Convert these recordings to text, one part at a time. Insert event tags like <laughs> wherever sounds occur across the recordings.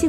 屁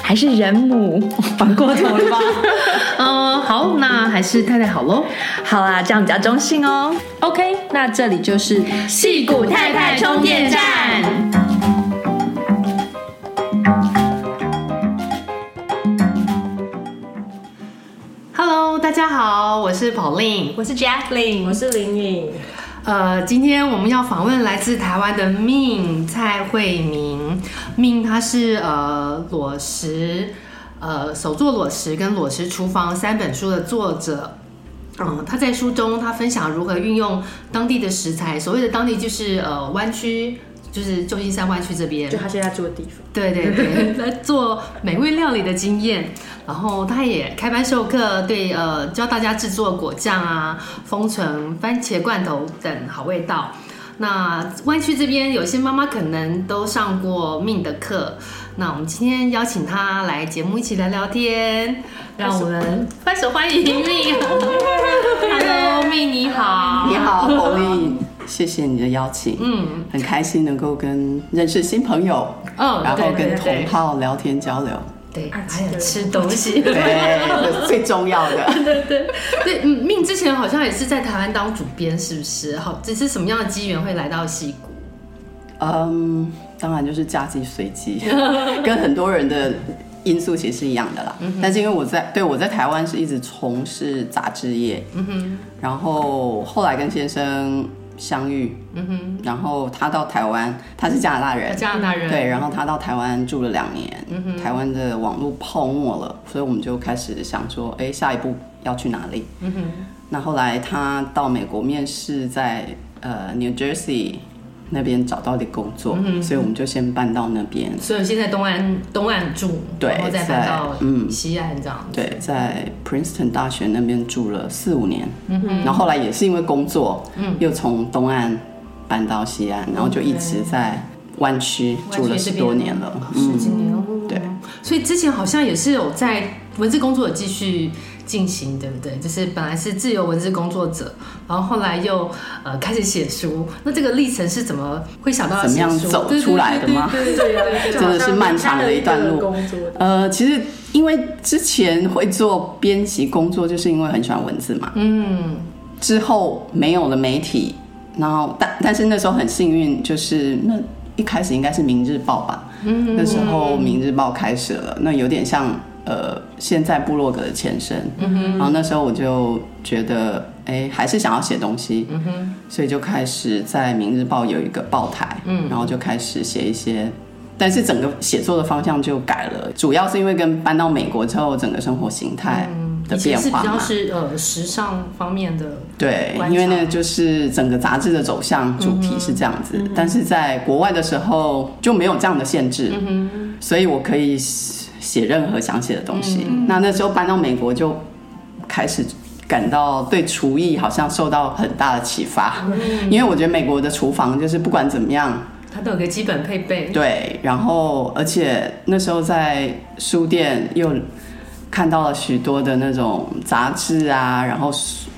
还是人母？ <laughs> 反过头了吧？嗯，好，那还是太太好喽。好啦，这样比较中性哦。 OK，那这里就是屁股太太充电站。 Hello，大家好，我是 Pauline。我是 Jacqueline，我是林颖，呃，今天我们要访问来自台湾的命蔡慧明。命她是呃裸食，呃手作裸食跟裸食厨房三本书的作者。嗯，他在书中他分享如何运用当地的食材，所谓的当地就是呃湾区，就是旧金山湾区这边就，他现在住的地方。对对对，在做美味料理的经验，然后他也开班授课，对呃教大家制作果酱啊、封存番茄罐头等好味道。那湾区这边有些妈妈可能都上过命的课，那我们今天邀请她来节目一起来聊天，让我们拍手欢 <laughs> 迎命。Hello，命你好， <laughs> 你好，侯 <laughs> 丽，谢谢你的邀请，嗯，很开心能够跟认识新朋友，嗯然后对对跟对同好聊天交流，对，爱还吃有的吃东西。对，这 <laughs> 是最重要的。对，嗯，命之前好像也是在台湾当主编，是不是？好，这是什么样的机缘会来到西谷？嗯，当然就是嫁鸡随 <laughs> 鸡，跟很多人的因素其实是一样的啦。嗯但是因为我在对我在台湾是一直从事杂志业，嗯然后后来跟先生相遇，嗯然后他到台湾，他是加拿大人，加拿大人，对，嗯然后他到台湾住了两年，台湾的网络泡沫了，所以我们就开始想说，哎，下一步要去哪里？那后来他到美国面试在，呃 New Jersey 那边找到的工作，所以我们就先搬到那边。所以现在东岸东岸住，对然后再搬到在嗯西岸这样。对，在 Princeton 大学那边住了四五年，然后后来也是因为工作，又从东岸搬到西岸，然后就一直在湾区住了十多年了，嗯十几年了。对。所以之前好像也是有在文字工作有继续进行，对不对？就是本来是自由文字工作者，然后后来又呃开始写书。那这个历程是怎么会想到要怎么样写书走对对出来的对对吗对对对呀，真的是漫长的一段路工作的，呃，其实因为之前会做编辑工作，就是因为很喜欢文字嘛。嗯，之后没有了媒体，然后但但是那时候很幸运，就是那一开始应该是《明日报》吧，嗯，那时候《明日报》开始了，那有点像呃现在部落格的前身，嗯然后那时候我就觉得，哎，还是想要写东西，嗯哼，所以就开始在《明日报》有一个报台，嗯，然后就开始写一些。但是整个写作的方向就改了，主要是因为跟搬到美国之后，整个生活形态的嗯以变前是化比嘛。较是呃时尚方面的，对观，察因为那就是整个杂志的走向主题是这样子，但是在国外的时候就没有这样的限制，所以我可以写任何想写的东西。那那时候搬到美国就开始感到对厨艺好像受到很大的启发，因为我觉得美国的厨房就是不管怎么样，它都有个基本配备。对，然后而且那时候在书店又看到了许多的那种杂志啊，然后书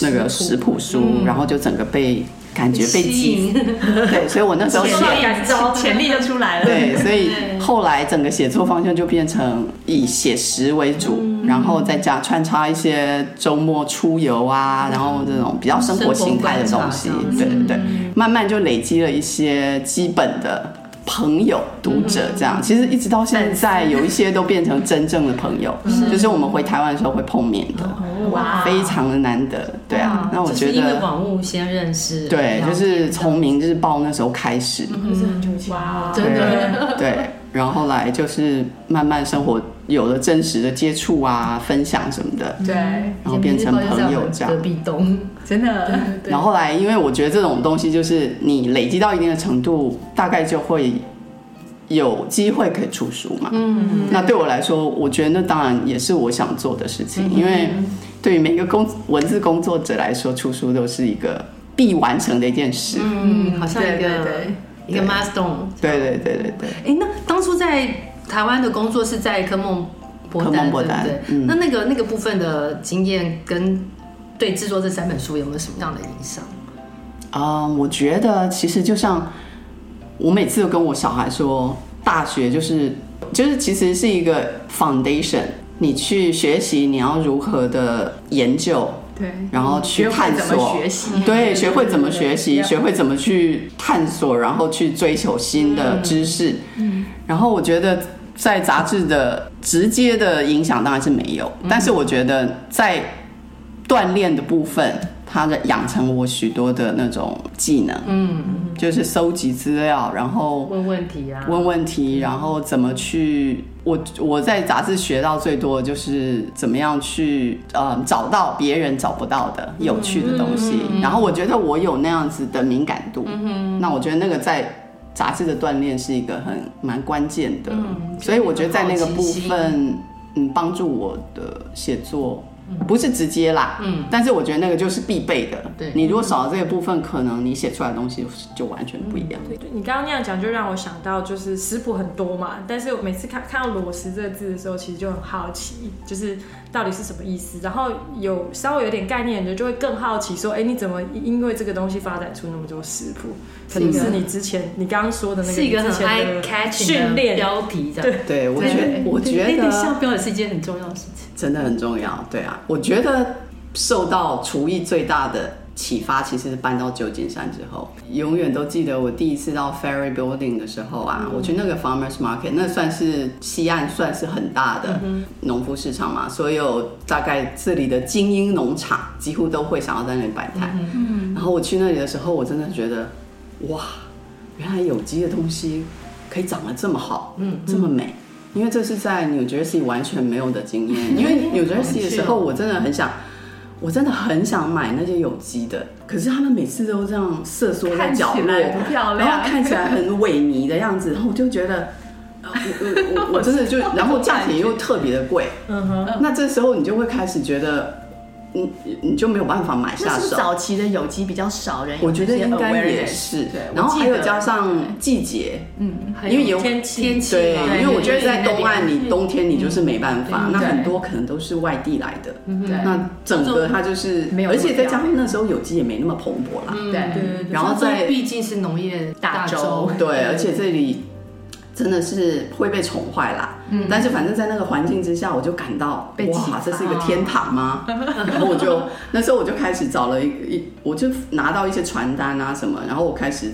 那个食谱书，然后就整个被感觉被吸激，引，对，所以我那 <laughs> 哦时候写受。到感召，潜力就出来 <laughs> 了。对，所以后来整个写作方向就变成以写实为主，然后再加穿插一些周末出游啊，然后这种比较生活形态的东西嗯生活观察这样，子对对对，慢慢就累积了一些基本的朋友、读者这样。其实一直到现在，有一些都变成真正的朋友，嗯就是我们回台湾的时候会碰面的，哇，非常的难得。对啊，那我就是觉因为得网络先认识，了对，解就是从《明日报》那时候开始，就是很久以前哇了，真的对对，然后后来就是慢慢生活有了真实的接触啊，分享什么的，对，然嗯后变成朋友这样隔壁栋，真的然后后来，因为我觉得这种东西就是你累积到一定的程度，大概就会有机会可以出书嘛。嗯，那对我来说，我觉得那当然也是我想做的事嗯情，因为对于每个工文字工作者来说，出书都是一个必完成的一件事。嗯，好像一对对个对一个对 milestone。对对对对对。哎，那当初在台湾的工作是在科梦博科丹，梦对不博丹对？嗯那那个那个部分的经验跟对制作这三本书有没有什么样的影响？啊、我觉得其实就像我每次都跟我小孩说，大学就是就是其实是一个 foundation，你去学习你要如何的研究，对，然后去嗯学会探怎索，么学习，对，学会怎么学习，对学会怎么去探索，然后去追求新的知识。嗯，然后我觉得在杂志的直接的影响当然是没有，嗯但是我觉得在锻炼的部分，它的养成我许多的那种技能，嗯，就是搜集资料，然后问问题啊，问问题，然后怎么去。我我在杂志学到最多的就是怎么样去呃找到别人找不到的有趣的东西，然后我觉得我有那样子的敏感度，那我觉得那个在杂志的锻炼是一个很蛮关键的，所以我觉得在那个部分，嗯，帮助我的写作。不是直接啦，嗯，但是我觉得那个就是必备的。对你如果少了这个部分，可能你写出来的东西就完全不一样。对你刚刚那样讲，就让我想到，就是食谱很多嘛，但是我每次看看到“裸食”这个字的时候，其实就很好奇，就是到底是什么意思。然后有稍微有点概念的，就会更好奇说，哎，你怎么因为这个东西发展出那么多食谱？可能是你之前你刚刚说的那个，是一个你很之前 eye 的 catching 训的练，标题这样。对对，我觉对得，我觉对得那个校标也是一件很重要的事情。真的很重要，对啊，我觉得受到厨艺最大的启发，其实是搬到旧金山之后，永远都记得我第一次到 Ferry Building 的时候啊，嗯我去那个 Farmers Market，那算是西岸算是很大的嗯农夫市场嘛，所有大概这里的精英农场几乎都会想要在那里摆嗯摊。然后我去那里的时候，我真的觉得，哇，原来有机的东西可以长得这么好，嗯，这么美。因为这是在 New Jersey 完全没有的经验，因为 New Jersey 的时候，我真的很想，我真的很想买那些有机的，可是他们每次都这样瑟缩在角落，看起来不漂亮然后看起来很萎靡的样子，然后我就觉得，呃我我我我真的就，然后价钱又特别的贵，嗯哼，那这时候你就会开始觉得，你你你就没有办法买下那是不是手。早期的有机比较少人有我觉得这些应该 awareness 也是对，，然后我记还有得加上季节，还因为有天气天气对嘛，对因为我觉得在东岸，对你冬天你就是没办法，嗯那对嗯很多可能都是外地来的，对那整个它就是没，有而且再目标加上那时候有机也没那么蓬勃啦，嗯对对对对然后这再毕竟是农业大州州，对，而且这里真的是会被宠坏啦。但是反正在那个环境之下，我就感到嗯被启哇发，这是一个天 <laughs> 堂吗？然后我就那时候我就开始找了一个一，我就拿到一些传单啊什么，然后我开始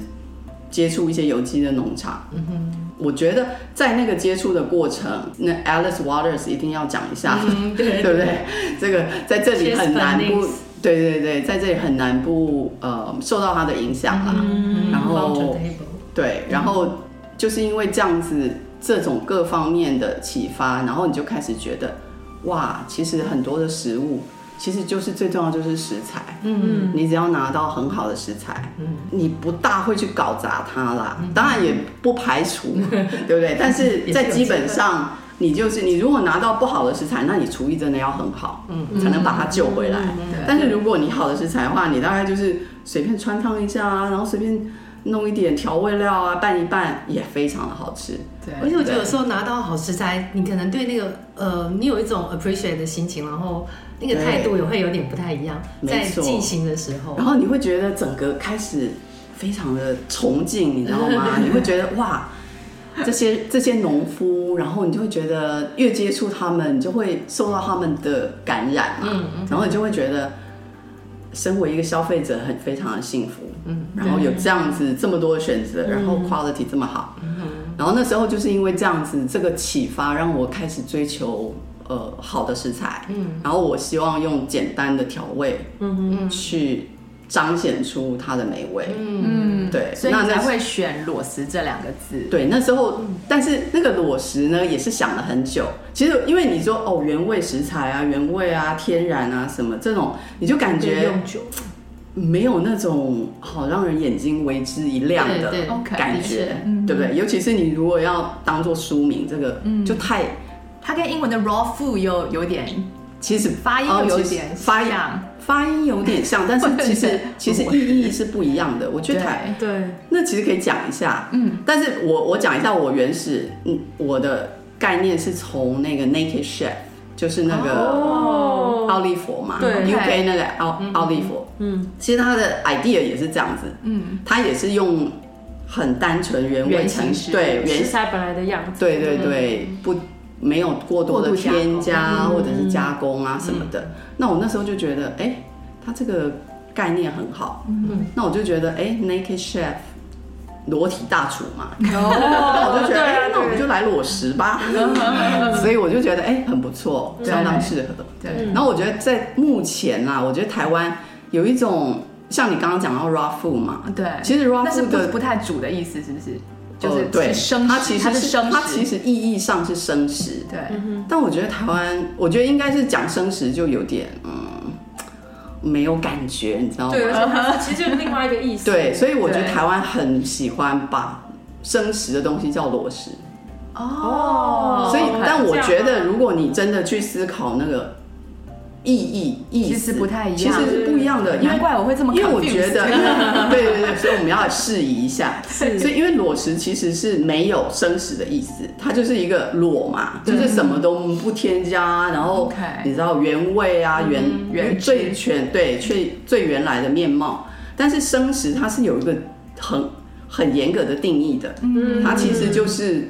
接触一些有机的农场。嗯我觉得在那个接触的过程，那 Alice Waters 一定要讲一下，嗯 <laughs> 对不对？这个在这里很难 Cheers for 不 Nix，对对对，在这里很难不呃受到他的影响啊啦。嗯然后 Roundtable 对，然后就是因为这样子，这种各方面的启发，然后你就开始觉得，哇，其实很多的食物，其实就是最重要就是食材，嗯，你只要拿到很好的食材，嗯，你不大会去搞砸它啦，当然也不排 <laughs> 除，对不对？但 <laughs> 是在基本上。你就是你，如果拿到不好的食材，那你厨艺真的要很好，嗯，才能把它救回来。嗯但是如果你好的食材的话，你大概就是随便穿烫一下啊，然后随便弄一点调味料啊，拌一拌也非常的好吃。而且我觉得有时候拿到好食材，你可能对那个呃，你有一种 appreciate 的心情，然后那个态度也会有点不太一样，在没错进行的时候然。后你会觉得整个开始非常的崇敬，你知道吗？你会觉得哇，这些这些农夫，然后你就会觉得越接触他们，你就会受到他们的感染嘛，然后你就会觉得身为一个消费者很非常的幸福，嗯，然后有这样子这么多的选择，然后 quality 这么好，然后那时候就是因为这样子这个启发，让我开始追求呃好的食材，嗯，然后我希望用简单的调味，嗯嗯，去彰显出它的美味，嗯，对，所以那你那才时会嗯选“裸食”这两个字。对，那时候，但是那个裸食呢，也是想了很久。其实，因为你说哦，原味食材啊，原味啊，天然啊，什么这种，你就感备觉用酒，没有那种好让人眼睛为之一亮的对对 OK，感的觉确，嗯对不对？尤其是你如果要当做书名，这个就太它跟英文的 raw food 有有点其实发音哦有其实点发音像发音有点像， <laughs> 但是其实其实意义是不一样的。我觉得对台对，那其实可以讲一下，嗯，但是我我讲一下我原始，嗯，我的概念是从那个 Naked Chef，就是那个哦奥利佛嘛、对 u k 那个奥嗯奥利佛，嗯，其实他的 idea 也是这样子，嗯，他也是用很单纯原味原成形食对原食材本来的样子，对对对，不没有过多的嗯过度加添工嗯加或者是加工啊什么的。那我那时候就觉得，哎，它这个概念很好。嗯，那我就觉得，哎，Naked Chef。裸体大厨哦嘛， <laughs> 那我就觉得，对哎、啊那我们对就来裸食吧。 <laughs> 所以我就觉得，哎、很不错，对相当适合。对然后我觉得在目前啊，我觉得台湾有一种像你刚刚讲到 raw food 嘛，对，其实 raw 但是 food 的不不太煮的意思，是不是？就呃是对是生食，它其实是生食，它其实意义上是生食，嗯对，但我觉得台湾，我觉得应该是讲生食就有点嗯没有感觉，你知道吗？对，而且它是其实就是另外一个意思，对，所以我觉得对台湾很喜欢把生食的东西叫裸食，哦，所以哦但我觉这得样吗如果你真的去思考那个意义意思，其实不太一样其实是不一样的，因为难怪我会这么，因为我觉得，因为对对 <laughs> 对，所以我们要来试一下。是所以因为裸食其实是没有生食的意思，它就是一个裸嘛，就是什么都不添加，然后嗯 OK 嗯你知道原味啊，原原汁最全对最最原来的面貌。但是生食它是有一个很很严格的定义的，嗯它其实就是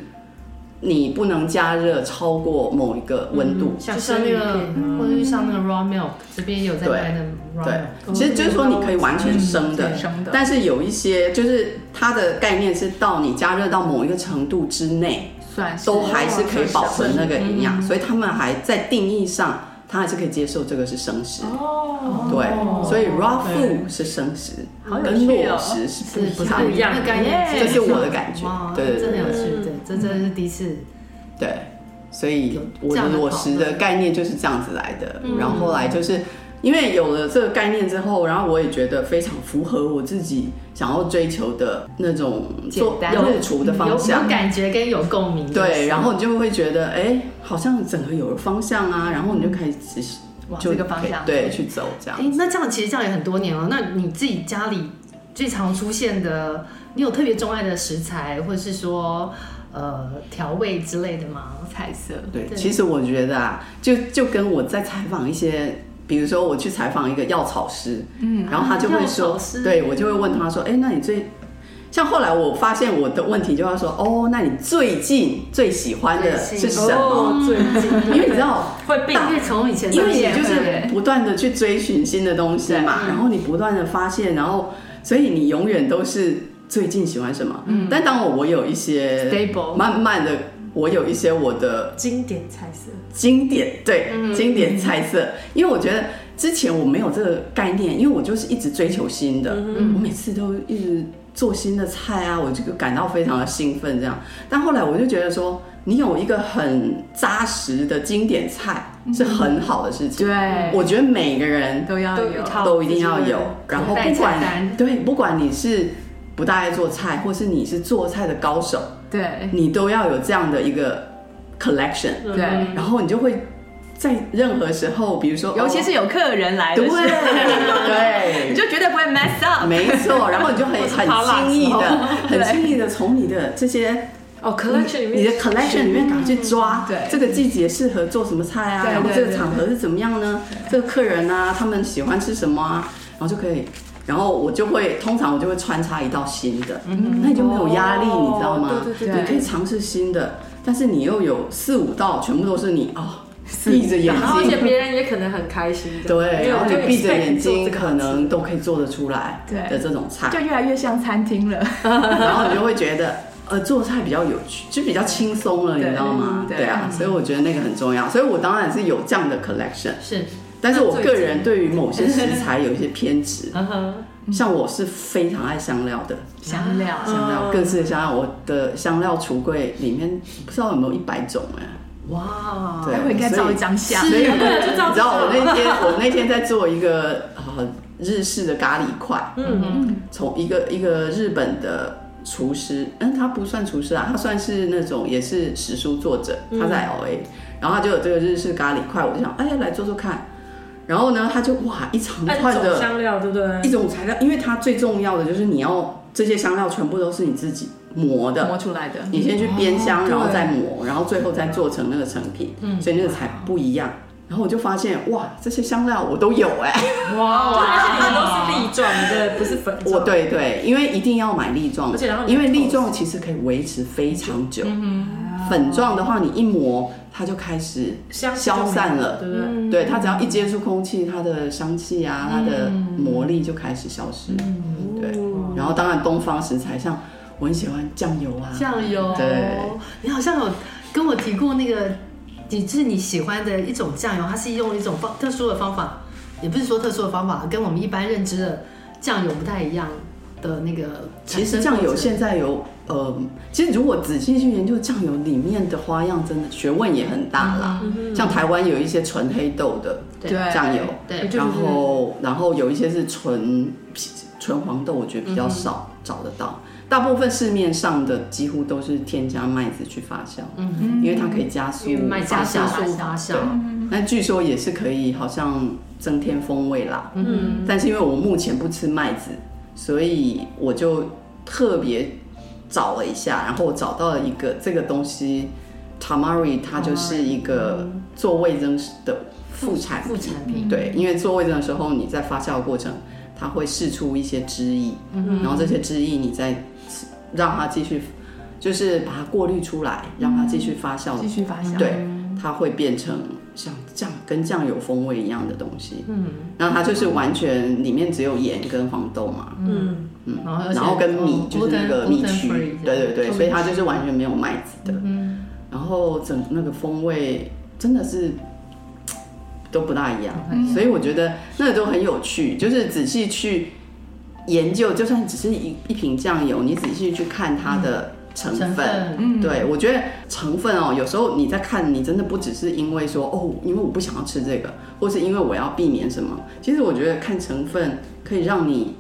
你不能加热超过某一嗯个温度。像像那个，或者是像那个 raw milk，这边也有在卖那个 raw 对 milk。，其实就是说你可以完全生的，嗯对生的但是有一些就是它的概念是到你加热到某一个程度之内，算是哦嗯都还是可以保存那的。个营养，所以他们还在定义上，他还是可以接受这个是生食。哦，对，所以 raw 对 food 是生食，好有跟趣裸哦食是不是不一是样不的一。样的概念？耶这是我的感觉哇，对对真的对有趣，对，这真的是第一次。对，所以有我这的样的裸讨食的论嗯概念就是这样子来的。然后后来就是因为有了这个概念之后，然后我也觉得非常符合我自己想要追求的那种做简单入厨的嗯有方有向。感觉跟有共鸣。对，然后你就会觉得，哎，好像整个有了方向啊，然后你就开始往就这个方可以向对去走这样哎。，那这样其实这样也很多年了。那你自己家里最常出现的，你有特别钟爱的食材，或者是说呃调味之类的吗？彩色，对，对其实我觉得啊，就就跟我在采访一些，比如说我去采访一个药草师，嗯，然后他就会药说草，师对我就会问他说，哎、那你最像后来我发现我的问题就要说，哦，那你最近最喜欢的最是近什么？哦，最近因为你知道，会病，因为从以前因为也你就会是不断的去追寻新的东西嘛，然后你不断的发现，然后所以你永远都是最近喜欢什么。嗯，但当我我有一些 Stable 慢慢的，我有一些我的经典菜色，经典，对，嗯经典菜色。因为我觉得之前我没有这个概念，因为我就是一直追求新的，嗯我嗯每次都一直做新的菜啊，我就感到非常的兴奋这样。但后来我就觉得说，你有一个很扎实的经典菜是很好的事嗯情。对我觉得每个人都要都有一。套都一定要有，然后不口袋管菜单对，不管你是不大爱做菜，或是你是做菜的高手，对你都要有这样的一个 collection。对，然后你就会在任何时候，比如说，尤其是哦有客人来对的时候， <laughs> 你对，就绝对不会 mess up。没错，然后你 <laughs> 就很很轻易的、很对轻易的从你的这些哦，collection 里面你的 collection 里面赶快去抓，对这个季节适合做什么菜啊，对然后对这个对场合是怎么样呢？这个客人啊，他们喜欢吃什么啊，然后就可以。然后我就会，通常我就会穿插一道新的，那你就没有压力，嗯哦你知道吗？对对对对你可以尝试新的，但是你又有四五道全部都是你哦，闭着眼然后而且睛，别人也可能很开心的，对，因为然我后就你闭着 expect 眼你做睛这个可能都可以做得出来对的这种菜就，越来越像餐厅了。 <laughs> <laughs> 然后你就会觉得，呃，做菜比较有趣，就比较轻松了，你知道吗？对嗯对啊，所以我觉得那个很重要。所以我当然是有这样的 collection，是，但是我个人对于某些食材有一些偏执，嗯哼，像我是非常爱香料的，香料香料嗯各式的香料，我的香料橱柜里面不知道有没有一百种哎、哇，对待哦会应该照一张相。所以对啊就照你知道我那天我那天在做一个呃日式的咖喱块，嗯，从一个一个日本的厨师，嗯，他不算厨师啊，他算是那种也是史书作者，他在嗯 L A，、然后他就有这个日式咖喱块，我就想哎来做做看，然后呢他就哇一长按串种的香料，对不对？一种材料，因为它最重要的就是你要这些香料全部都是你自己磨的，磨出来的，你先去煸香，哦然后再磨，然后最后再做成那个成品，嗯所以那个才不一样。然后我就发现，哇，这些香料我都有哎、哇，而且你都是粒状的，不是粉状。我对对，因为一定要买粒状而且然后，你因为粒状其实可以维持非常久。嗯粉状的话，你一磨它就开始香气就消散没了对不对？嗯对，它只要一接触空气，它的香气啊，它的魔力就开始消失。嗯对，然后当然东方食材，像我很喜欢酱油啊，酱油，对你好像有跟我提过那个，你是你喜欢的一种酱油，它是用一种方特殊的方法，也不是说特殊的方法，跟我们一般认知的酱油不太一样的那个其产生过程。实酱油现在有，呃，其实如果仔细去研究酱油里面的花样，真的学问也很大啦。像台湾有一些纯黑豆的嗯对酱油，哎对就是然后然后有一些是纯纯黄豆，我觉得比较少找得到。大部分市面上的几乎都是添加麦子去发酵，嗯因为它可以加速玉麦加发酵酵。素发酵对，，那据说也是可以，好像增添风味啦。嗯，但是因为我目前不吃麦子，所以我就特别找了一下，然后我找到了一个这个东西，tamari，它就是一个做味增的副产副品。产品对，因为做味增的时候，你在发酵的过程，它会释出一些汁液，然后这些汁液你再让它继续，就是把它过滤出来，让它继续发酵继续发酵。对，它会变成像酱跟酱油风味一样的东西。嗯，然后它就是完全里面只有盐跟黄豆嘛，嗯，嗯，然后而且然后跟米哦就是那个 gluten- 米 gluten 曲 free，这对样对对，就所以它米曲嗯就是完全没有麦子的。然后整那个风味真的是。都不大一样，所以我觉得那个都很有趣，就是仔细去研究，就算只是一一瓶酱油，你仔细去看它的成成分，分，对，我觉得成分哦，有时候你在看，你真的不只是因为说哦，因为我不想要吃这个，或是因为我要避免什么。其实我觉得看成分可以让你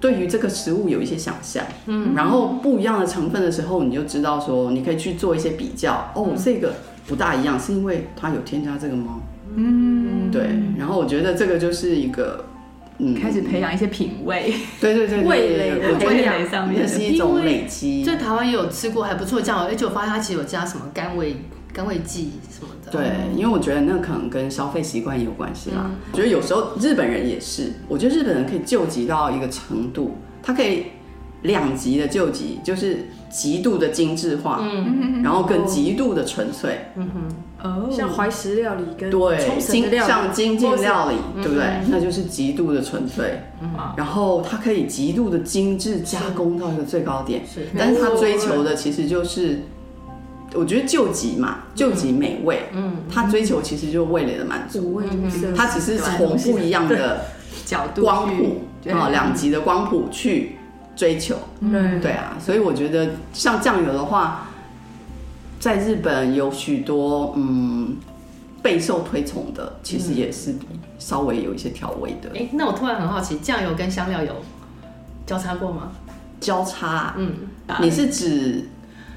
对于这个食物有一些想象，嗯，然后不一样的成分的时候，你就知道说你可以去做一些比较。哦，这个不大一样，是因为它有添加这个吗？嗯，对。然后我觉得这个就是一个，嗯，开始培养一些品味，对对对对味对蕾对我觉得味蕾上面这是一种因为累积。嗯在台湾也有吃过还不错的酱油，而且我发现它其实有加什么甘味甘味剂什么的，对，因为我觉得那可能跟消费习惯也有关系啦。我觉得有时候日本人也是，我觉得日本人可以救急到一个程度，他可以两极的救急，就是极度的精致化，然后跟极度的纯粹，哦像怀石料理跟对，冲绳的精料理，像精进或是嗯料理，对不对？那就是极度的纯粹，然后它可以极度的精致加工到一个最高点，是但是它追求哦的其实就是，我觉得救急嘛，救急美味，嗯，它追求其实就是味蕾的满足，五味啊色，它只是从不一样的角度光去谱啊，两极的光谱去追求，对，对啊，所以我觉得像酱油的话，在日本有许多嗯备受推崇的，其实也是稍微有一些调味的嗯哎，那我突然很好奇，酱油跟香料有交叉过吗？交叉啊。嗯，你是指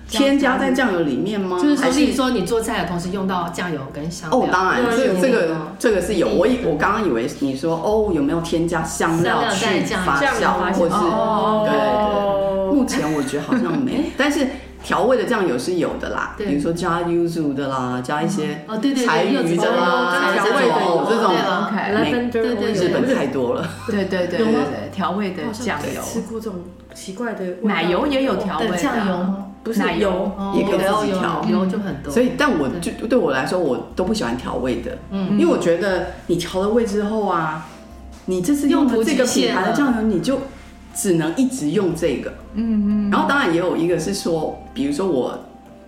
添加在酱油里面吗？就是说，嗯还例如说你做菜的同时用到酱油跟香料，哦，当然，对这个这个嗯这个是有。我以我刚刚以为你说哦，有没有添加香料香料在去酱油发酱油发酵，酵或是哦对对对，目前我觉得好像没， <laughs> 但是调味的酱油是有的啦，对比如说加 yuzu 的啦，加一些哦，对对柴对，柚子鱼的啦，哦这柴种鱼的有这种对啊 OK 美 Lavender 对对日对本太多了，对对对对对，调味的好像酱油，吃过这种奇怪的味道奶油也有调味的的酱油吗？不是啊奶油油，哦啊也可以有自己有调有就很多，所以，但我就对我来说，我都不喜欢调味的，嗯，因为我觉得你调了味之后啊，你这次用了这个品牌的酱油，你就只能一直用这个，嗯嗯。然后，当然也有一个是说，比如说我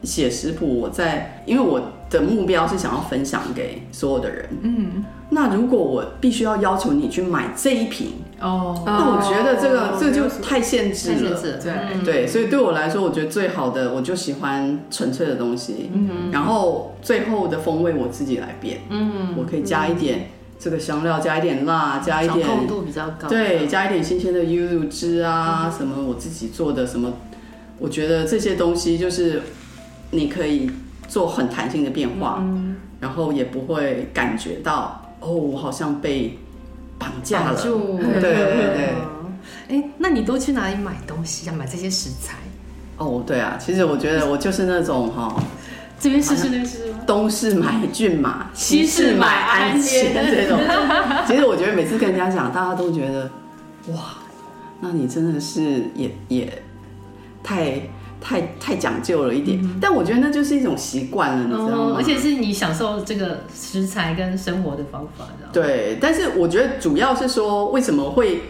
写食谱，我在因为我的目标是想要分享给所有的人，嗯。那如果我必须要要求你去买这一瓶，哦，那我觉得这个、哦这个就没有什么太限太制了，限制了，对嗯对，所以对我来说，我觉得最好的，我就喜欢纯粹的东西，嗯，然后最后的风味我自己来变，嗯，我可以加一点这个香料，加一点辣，加一掌点，控度比较高，嗯对，加一点新鲜的柚子汁啊，什么我自己做的什么，我觉得这些东西就是你可以做很弹性的变化，嗯然后也不会感觉到哦，我好像被绑架绑了，住，对对对。哎，那你都去哪里买东西啊？买这些食材？哦，对啊，其实我觉得我就是那种哈、这边试试，那边试试吗？东市买骏马，西市买安心心这种。其实我觉得每次跟人家讲，大家都觉得，哇，那你真的是也也太太太讲究了一点。但我觉得那就是一种习惯了，你知道吗？哦而且是你享受这个食材跟生活的方法，知道吗？对，但是我觉得主要是说，为什么会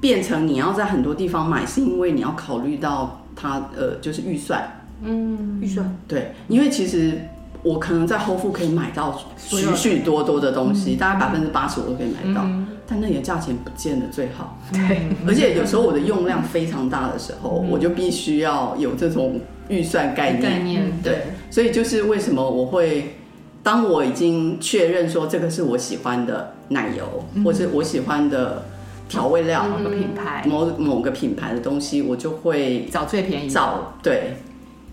变成你要在很多地方买，是因为你要考虑到它呃，就是预算。预算对，因为其实我可能在后付可以买到许许多多的东西，大概百分之八十我都可以买到，但那个价钱不见得最好。对，而且有时候我的用量非常大的时候，我就必须要有这种预算嗯概念。嗯概念对，所以就是为什么我会，当我已经确认说这个是我喜欢的奶油，或是我喜欢的调味料，某个品牌某某个品牌的东西，我就会找最便宜的，找对，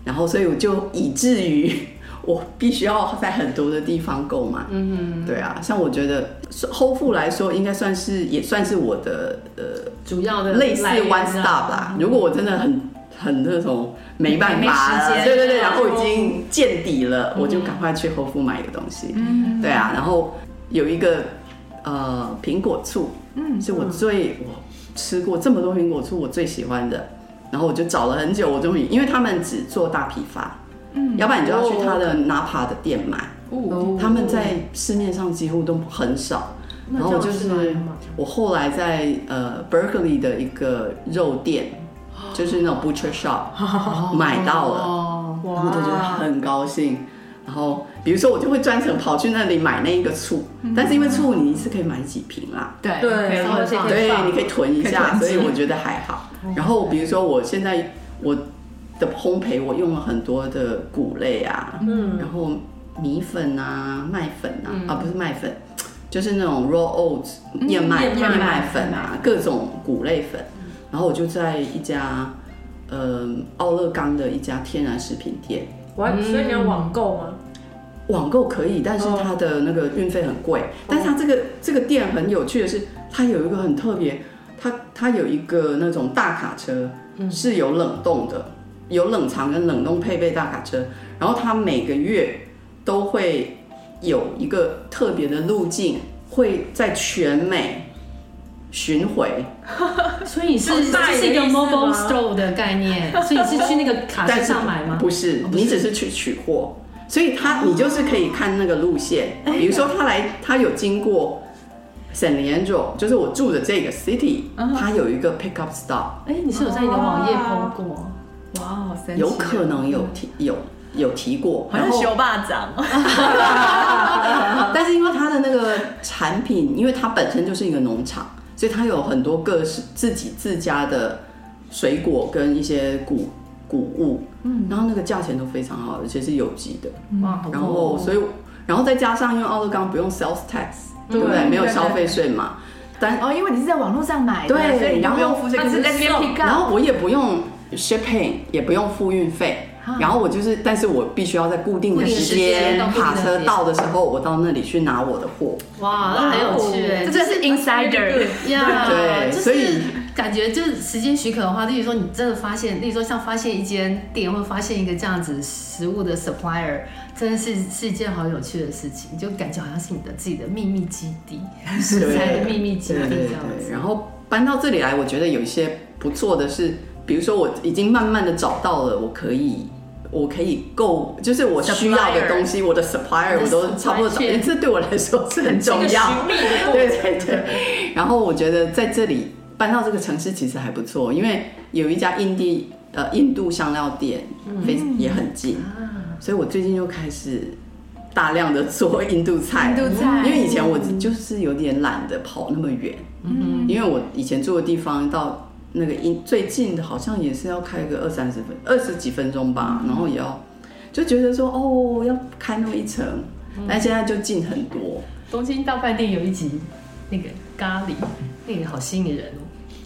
然后所以我就以至于 <laughs> 我必须要在很多的地方购买。嗯，对啊，像我觉得后付来说，应该算是也算是我的呃主要的类似来源 one 啊 stop 啦。如果我真的很很那种没办法没时了，间对对对，啊然后已经见底了，我就赶快去后付买一个东西。嗯，对啊，然后有一个呃苹果醋，嗯，是我最我吃过这么多苹果醋我最喜欢的。然后我就找了很久，我终于，因为他们只做大批发，嗯，要不然你就要去他的 Napa 的店买，哦他们在市面上几乎都很少。然后我就那这样是是哪里买我后来在呃 Berkeley 的一个肉店，哦就是那种 butcher <laughs> shop 买到了，哦，然后我就觉得很高兴。然后比如说我就会专程跑去那里买那一个醋，嗯但是因为醋你一次可以买几瓶啦，对对可以稍微而且可以对，放你可以囤一下，可以囤积嗯所以我觉得还好。然后比如说我现在我的烘焙，我用了很多的谷类啊，嗯，然后米粉啊、麦粉啊，啊不是麦粉，就是那种 raw oats 嗯燕麦嗯燕麦麦粉啊，各种谷类粉。然后我就在一家嗯奥勒冈的一家天然食品店。我还所以你要网购吗？网购可以，但是它的那个运费很贵。但是它这个这个店很有趣的是，它有一个很特别，它它有一个那种大卡车，是有冷冻的，有冷藏跟冷冻配备大卡车。然后它每个月都会有一个特别的路径，会在全美巡回，所以你是好大这是一个的意思吗 mobile store 的概 <laughs> 念，所以你啊是去那个卡车但是上买吗？不是，你只是去取货，所以他你就是可以看那个路线，比如说他来，他有经过 San Leandro，就是我住的这个 city，它有一个 pickup stop，哎，你是有在你的网页 PO 过？哇，神奇啊有可能有提有有提过，好然像后修霸掌，哦但是因为它的那个产品，因为它本身就是一个农场，所以它有很多各式自己自家的水果跟一些谷谷物，嗯，然后那个价钱都非常好，而且是有机的，哇，好嗯然后酷哦所以然后再加上因为奥勒冈不用 sales tax，对不嗯对？没有消费税嘛，但哦，因为你是在网络上买的，对所以你就然后不用付税，它可只是在那边送 pick 然 up，后我也不用 shipping，也不用付运费。啊然后我就是，但是我必须要在固定固的定的时时间间到，固定的卡时车间到的时候，我到那里去拿我的货。哇，那很有趣哎，哦这真的是 insider，呀，对就是所以感觉就是时间许可的话，例如说你真的发现，例如说像发现一间店或发现一个这样子食物的 supplier，真的是是一件好有趣的事情，就感觉好像是你的自己的秘密基 <laughs> 地，食材的秘密基对地对这样对，子。然后搬到这里来，我觉得有一些不错的是，比如说我已经慢慢的找到了，我可以。我可以购，就是我需要的东西，我的 supplier 我都差不多找，这对我来说是很重要。对对对。然后我觉得在这里搬到这个城市其实还不错，因为有一家印地呃印度香料店，嗯非也很近，所以我最近就开始大量的做印度菜。印度菜因为以前我就是有点懒得跑那么远，嗯，因为我以前住的地方到。那个印最近的好像也是要开个二三十分二十几分钟吧，然后也要就觉得说哦要开那么一层，但现在就近很多。东京大饭店有一集那个咖喱，那个好吸引人哦，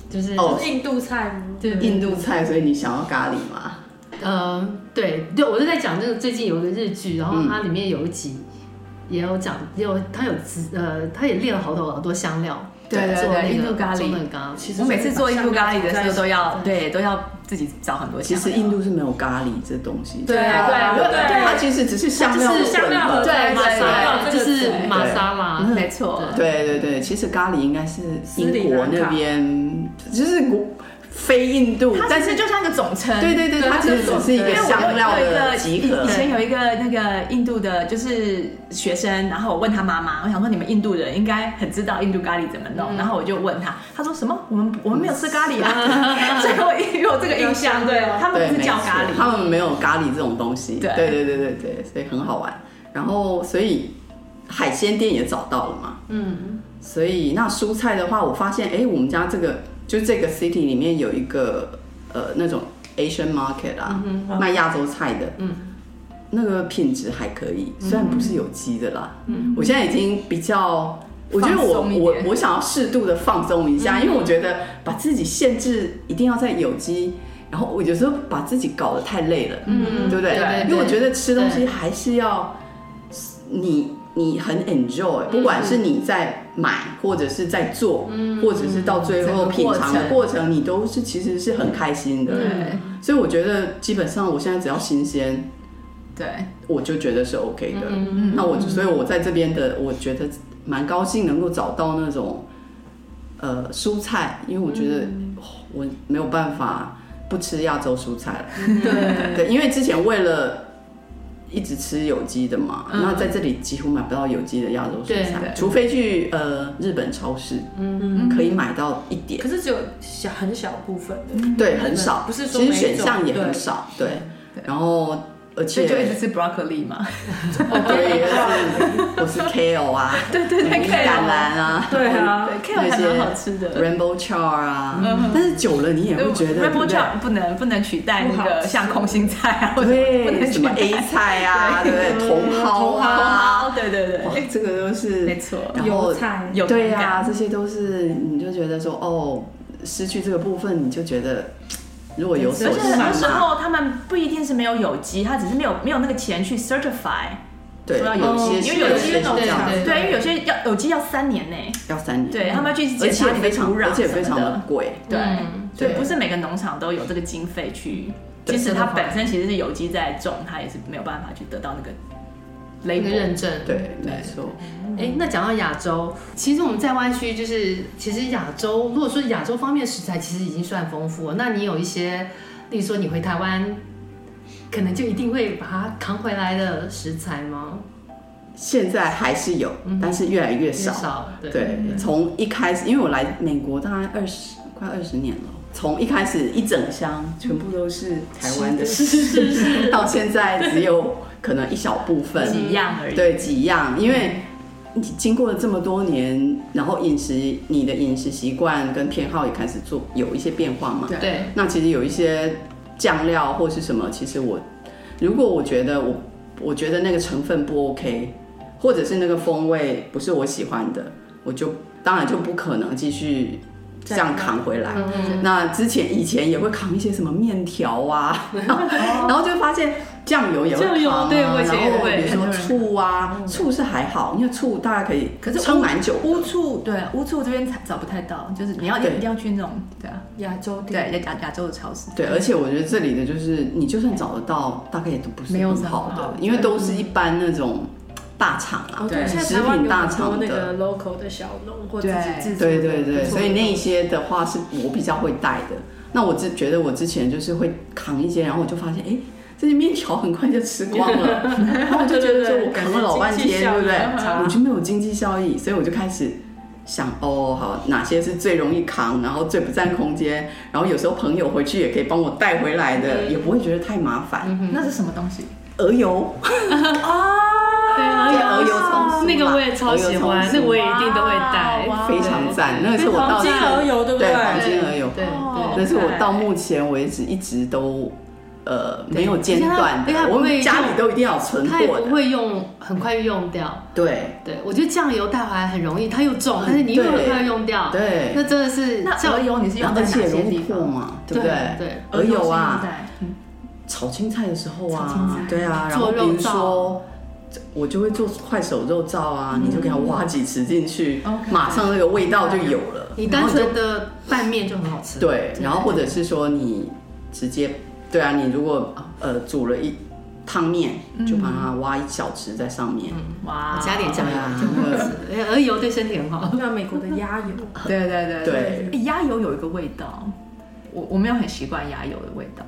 就是哦印度菜吗？对印度菜，所以你想要咖喱吗？呃，对对，我就在讲那个最近有一个日剧，然后它里面有一集也有讲，也有它有资呃，它也列了好多好多香料，对对做那对，个印度咖做那个喱。咖喱，我每次做印度咖喱的时候都要对都要自己找很多其香料。实印度是没有咖喱这东西，对啊对啊对啊它其实只是香料它就是香料混合合。对玛莎拉对对对就是对玛莎拉，没错，对对对，其实咖喱应该是斯里英国兰卡那边，就是国非印度，它但其实是就像一个总称。对对对，它其实只是一因个为我香料有一个的集合以。前有一个那个印度的，就是学生，然后我问他妈妈，我想说你们印度人应该很知道印度咖喱怎么弄，然后我就问他，他说什么？我们我们没有吃咖喱啊，所以我因为我这个印象，对他们对，不是没叫错，咖喱，他们没有咖喱这种东西。对对对对对对，所以很好玩。然后所以海鲜店也找到了嘛，嗯，所以那蔬菜的话，我发现哎、诶我们家这个就这个 city 里面有一个呃那种 Asian market 啊，嗯卖亚洲菜的，嗯，那个品质还可以，嗯虽然不是有机的啦，嗯，我现在已经比较。我觉得我放松一我点嗯我想要适度的放松一下，因为我觉得把自己限制一定要在有机，然后我有时候把自己搞得太累了，嗯，对不对？对对对因为我觉得吃东西还是要你你很 enjoy，不管是你在买或者是在做，或者是到最整个后品尝的过程过程，你都是其实是很开心的。对所以我觉得基本上我现在只要新鲜，对，我就觉得是 OK 的。嗯那我所以我在这边的，我觉得蛮高兴能够找到那种呃蔬菜，因为我觉得、哦我没有办法不吃亚洲蔬菜了。对 <laughs> 对，因为之前为了一直吃有机的嘛，嗯那在这里几乎买不到有机的亚洲蔬对菜，除非去呃日本超市，嗯可以买到一点可，是只有小很小部分的，对，很少，不是说其实每选种项也很对少，对，然后而所且哦以就一直吃 broccoli 嘛，对，我是 kale 啊，对 <laughs> 对对牡，kale 丹兰啊，对啊，对，kale 还蛮好吃的。嗯 rainbow char 啊，但是久了你也会觉得，对 Rainbow 不对？ Chop 不能不能取代那不好个吃像空心菜啊，或者不能嗯对，什取么代 A <laughs> 菜啊，对不对？茼蒿啊，对对对哇，这个都是哎没错然后油菜有对同呀、感这些都是你就觉得说哦，失去这个部分，你就觉得如果有所而且很多失时嘛，候他们不一定是没有有机，他只是没有没有那个钱去 certify。对，说到有有些机嗯是因为有些机是那种这样对对，因为有些要有机要三年呢，要三年，嗯对他们要去而检查且你的非常土壤而且什么非常的的。贵，对嗯，所以对不是每个农场都有这个经费去，对即使这它个话本身其实是有机在种，它也是没有办法去得到那个一个 label。认证，对，没错，哎，那讲到亚洲，其实我们在湾区就是，其实亚洲如果说亚洲方面食材，其实已经算丰富了。那你有一些，例如说你回台湾，可能就一定会把它扛回来的食材吗？现在还是有，嗯但是越来越至少，少对，从一开始，因为我来美国大概二十快二十年了，从一开始一整箱全部都是台湾的食， <laughs> 到现在只有可能一小部分几样而已对，几样，因为。你经过了这么多年，然后饮食你的饮食习惯跟偏好也开始做有一些变化嘛。对对，那其实有一些酱料或是什么，其实我如果我觉得我我觉得那个成分不 OK，或者是那个风味不是我喜欢的，我就当然就不可能继续这样扛回来。那之前以前也会扛一些什么面条啊， <laughs> 然后然后就发现酱油也会酱油扛啊，对我以然前也后会比如很说多人嗯醋啊，醋是还好，因为醋大概可以可是撑乌蛮久的。乌醋对乌醋这边才找不太到，就是你要一对定要去那种对啊亚洲店，对亚亚洲的超市。对，而且我觉得这里的就是你就算找得到，大概也都不是没有很很好的，好因为都是一般那种大厂啊嗯哦，对对，现在食台湾品有大很多厂那的个 local 的小农或自己对制作的，对对对，不错所以那一些的话是我比较会带的。那我只觉得我之前就是会扛一些，然后我就发现，哎，这些面条很快就吃光 <laughs> 了，然后我就觉得说我扛了老半天，对不对？啊我就没有经济效益，所以我就开始想，哦，好，哪些是最容易扛，然后最不占空间，然后有时候朋友回去也可以帮我带回来嗯的，也不会觉得太麻烦。那是什么东西？鹅油，哦对，对，而鹅油葱酥嘛，那个我也超喜鹅油欢，葱酥那我也一定都会带。哇非常赞，那个是我黄到金鹅油哦对不对对黄金鹅油对哦对但是我到目前为止一直都呃没有间断而且它的，不我会们家里用都一定要有对，存它也货不的。会用，很快就用掉。对对，我觉得酱油带回来很容易，它又重，但是你又对很快用掉。，那对，真的是那酱鹅油你是用在而哪且些容易地破方？嘛，对不对对？对鹅油是啊，用在，嗯炒青菜的时候炒青啊菜，对啊，然做后比肉如燥说。我就会做快手肉燥啊，你就给它挖几匙进去 OK，马上那个味道就有了。你然单后就纯的拌面就很好吃。对，然后或者是说你直接，对啊，你如果呃煮了一汤面，就把它挖一小匙在上面，哇我加点酱油就很好吃，而且鹅油对身体很好。那美国的鸭油，对对对对哎鸭油有一个味道，我我没有很习惯鸭油的味道，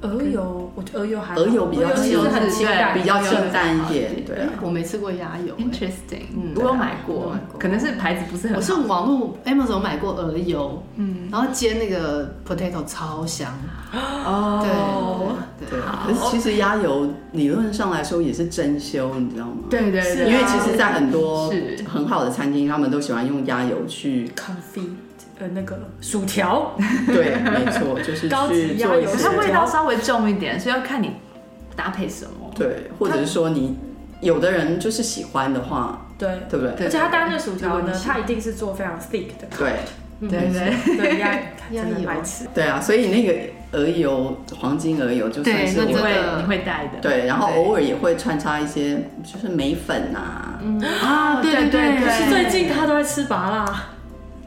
鹅油，我觉得鹅油还好鹅油比较鹅油其实很清清淡，淡比较清淡一点，对啊。我没吃过鸭油、欸，interesting，嗯啊我有买我有过买，过可能是牌子不是很我是好，网络 Amazon 买过鹅油，嗯，然后煎那个 potato 超香，哦，对对，可是其实鸭油理论上来说也是珍馐，你知道吗？，对对是对，因为其实，在很多是很好的餐厅，他们都喜欢用鸭油 <laughs> 去， confit，呃，那个薯 <laughs> 条，对，没错，就是高级去鸭做一油可些是它味道稍微重一点，所以要看你搭配什么。对，或者是说你有的人就是喜欢的话，对。对不对？对而且它搭那个薯条如果呢你，喜它一定是做非常 thick 的，对对对 <laughs> 对鸭鸭真的油爱吃。对啊，所以那个鹅油，黄金鹅油就算对是那我对，你真会的你会带的，对，然后偶尔也会穿插一些就是眉粉啊，啊，对对对对对对最近他都在吃拔辣，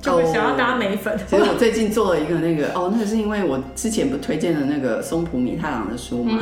就会想要搭眉粉。哦其实 <laughs> 我最近做了一个那个哦，那个是因为我之前不推荐的那个松浦弥太郎的书嘛，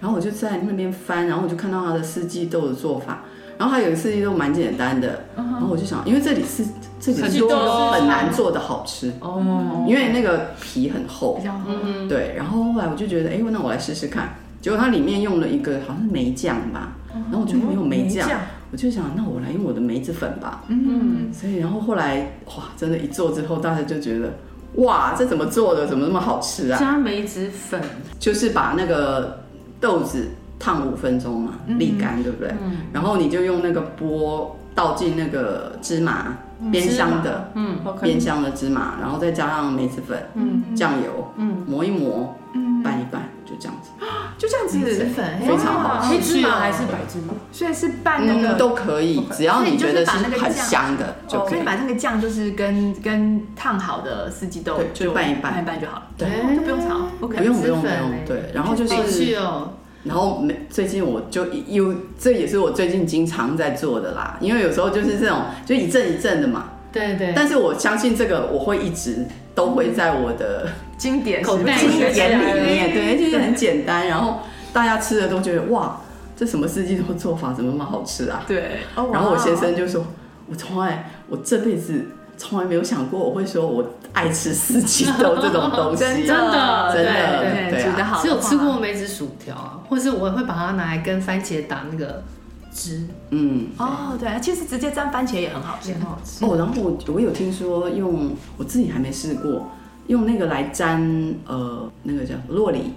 然后我就在那边翻，然后我就看到他的四季豆的做法，然后他有一个四季豆蛮简单的，然后我就想，因为这里是这里四季是豆很难做的好吃，哦，因为那个皮很厚比，较好。嗯，对，然后后来我就觉得，哎，那我来试试看，结果它里面用了一个好像是梅酱吧，然后我就没有梅酱，我就想，那我来用我的梅子粉吧，嗯，所以，然后后来哇，真的，一做之后，大家就觉得哇，这怎么做的？怎么那么好吃啊？加梅子粉，就是把那个豆子烫五分钟嘛，嗯沥干，对不对？然后你就用那个钵倒进那个芝麻，煸香的，嗯煸，OK，香的芝麻，然后再加上梅子粉、嗯，酱油，嗯磨一磨，嗯拌一拌，就这样子，就这样梅子子，粉非常好啊黑芝麻还是啊白芝麻？所以是拌那嗯，个，哦都可以，只要你觉得是所以就是把那很个酱哦香的就可所以以你。把那个酱就是跟跟烫好的四季豆对就拌一拌拌一拌就好了，对哎哦就不用炒，OK，不用不用不梅子粉用，对，然后就是好去哦，然后每最近我就有，这也是我最近经常在做的啦，因为有时候就是这种就一阵一阵的嘛。对对，但是我相信这个我会一直都会在我的经典口袋食谱里面眼里面，对，就是很简单，然后大家吃的都觉得哇，这什么四季豆做法怎么那么好吃啊？对，哦然后我哇先生就说，我从来我这辈子从来没有想过我会说我爱吃四季豆这种东西，真的真的对对对，啊煮的好，只有吃过梅子薯条啊，或是我会把它拿来跟番茄打那个汁，嗯。哦，对，其实直接沾番茄也很好吃，也很好吃。哦，然后我我有听说用，我自己还没试过，用那个来沾呃那个叫洛梨，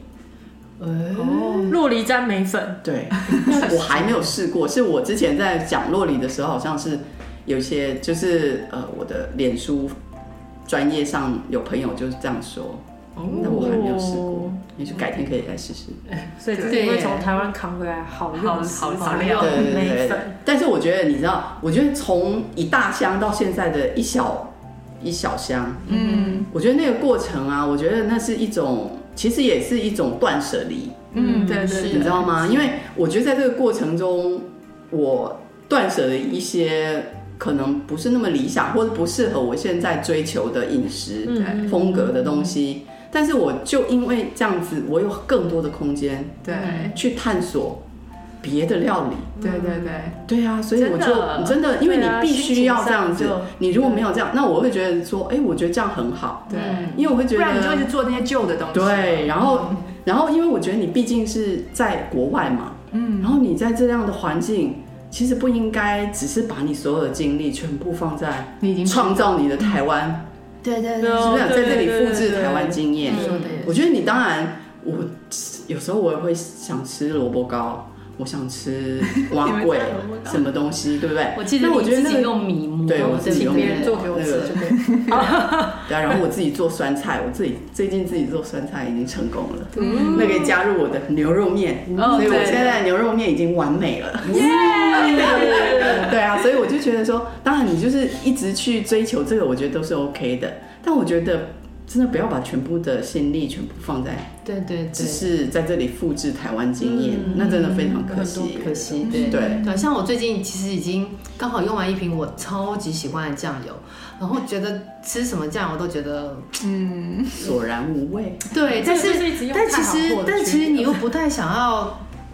哦，洛梨沾眉粉，对我还没有试过，是我之前在讲洛梨的时候，好像是有一些就是呃我的脸书专业上有朋友就是这样说，但我还没有试过，也许改天可以来试试。所以自对己耶会从台湾扛回来好用好的食好材好料对对眉对对粉。，但是我觉得你知道，我觉得从一大箱到现在的一小一小箱，嗯我觉得那个过程啊，我觉得那是一种，其实也是一种断舍离，嗯，对是对你知道吗？因为我觉得在这个过程中，我断舍了一些可能不是那么理想，或者不适合我现在追求的饮食、嗯风格的东西。但是我就因为这样子，我有更多的空间对去探索别的料理。对对对，对啊，所以我就真的真的，因为你对啊必须要这样心情子上就，你如果没有这样，那我会觉得说，哎，我觉得这样很好，对嗯因为我会觉不得然你就一直做那些旧的东西。对，然后然后因为我觉得你毕竟是在国外嘛，嗯，然后你在这样的环境，其实不应该只是把你所有的精力全部放在你已经嗯创造你的台湾，对对是对不是哦在这里对对复制对台湾经验？嗯说的也是我觉得你当然，我有时候我也会想吃萝卜糕，我想吃 <laughs> 蛙你们桂家有萝卜，糕什么东西，对不对？我记得那你我觉得自那己个。用米磨，对我不自己用别人做给我那吃个就可 <laughs> 以。<laughs> 对啊，然后我自己做酸菜，我自己最近自己做酸菜已经成功了，嗯那个加入我的牛肉面，哦所以我对现在牛肉面已经完美了。 <laughs> 对啊，所以我就觉得说，当然你就是一直去追求这个，我觉得都是 OK 的。但我觉得真的不要把全部的心力全部放在对对只对，是在这里复制台湾经验，那真的非常可嗯很惜多。可惜，对对，对，像我最近其实已经刚好用完一瓶我超级喜欢的酱油，然后觉得吃什么酱油都觉得嗯，索然无味。对，但这个是就是一直用但太其好货的实但其实去你又不太想要，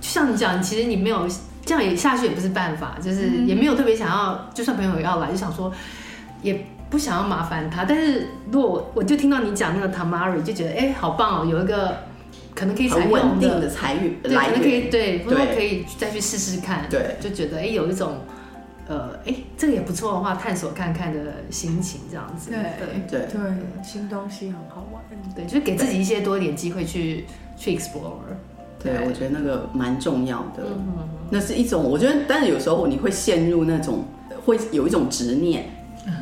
就像你讲，其实你没有这样也下去也不是办法，就是嗯也没有特别想要，就算朋友要来，就想说也不想要麻烦他。但是如果我我就听到你讲那个 tamari，就觉得哎、好棒哦，有一个可能可以采很稳用定的的财运对，可来能可以源，对，不过对可以再去试试看，对就觉得哎、有一种呃哎、这个也不错的话，探索看看的心情这样子，对对对，新东西很好玩。对，就是给自己一些多一点机会去去 explore，对，我觉得那个蛮重要嗯的。那是一种，我觉得，但是有时候你会陷入那种会有一种执念，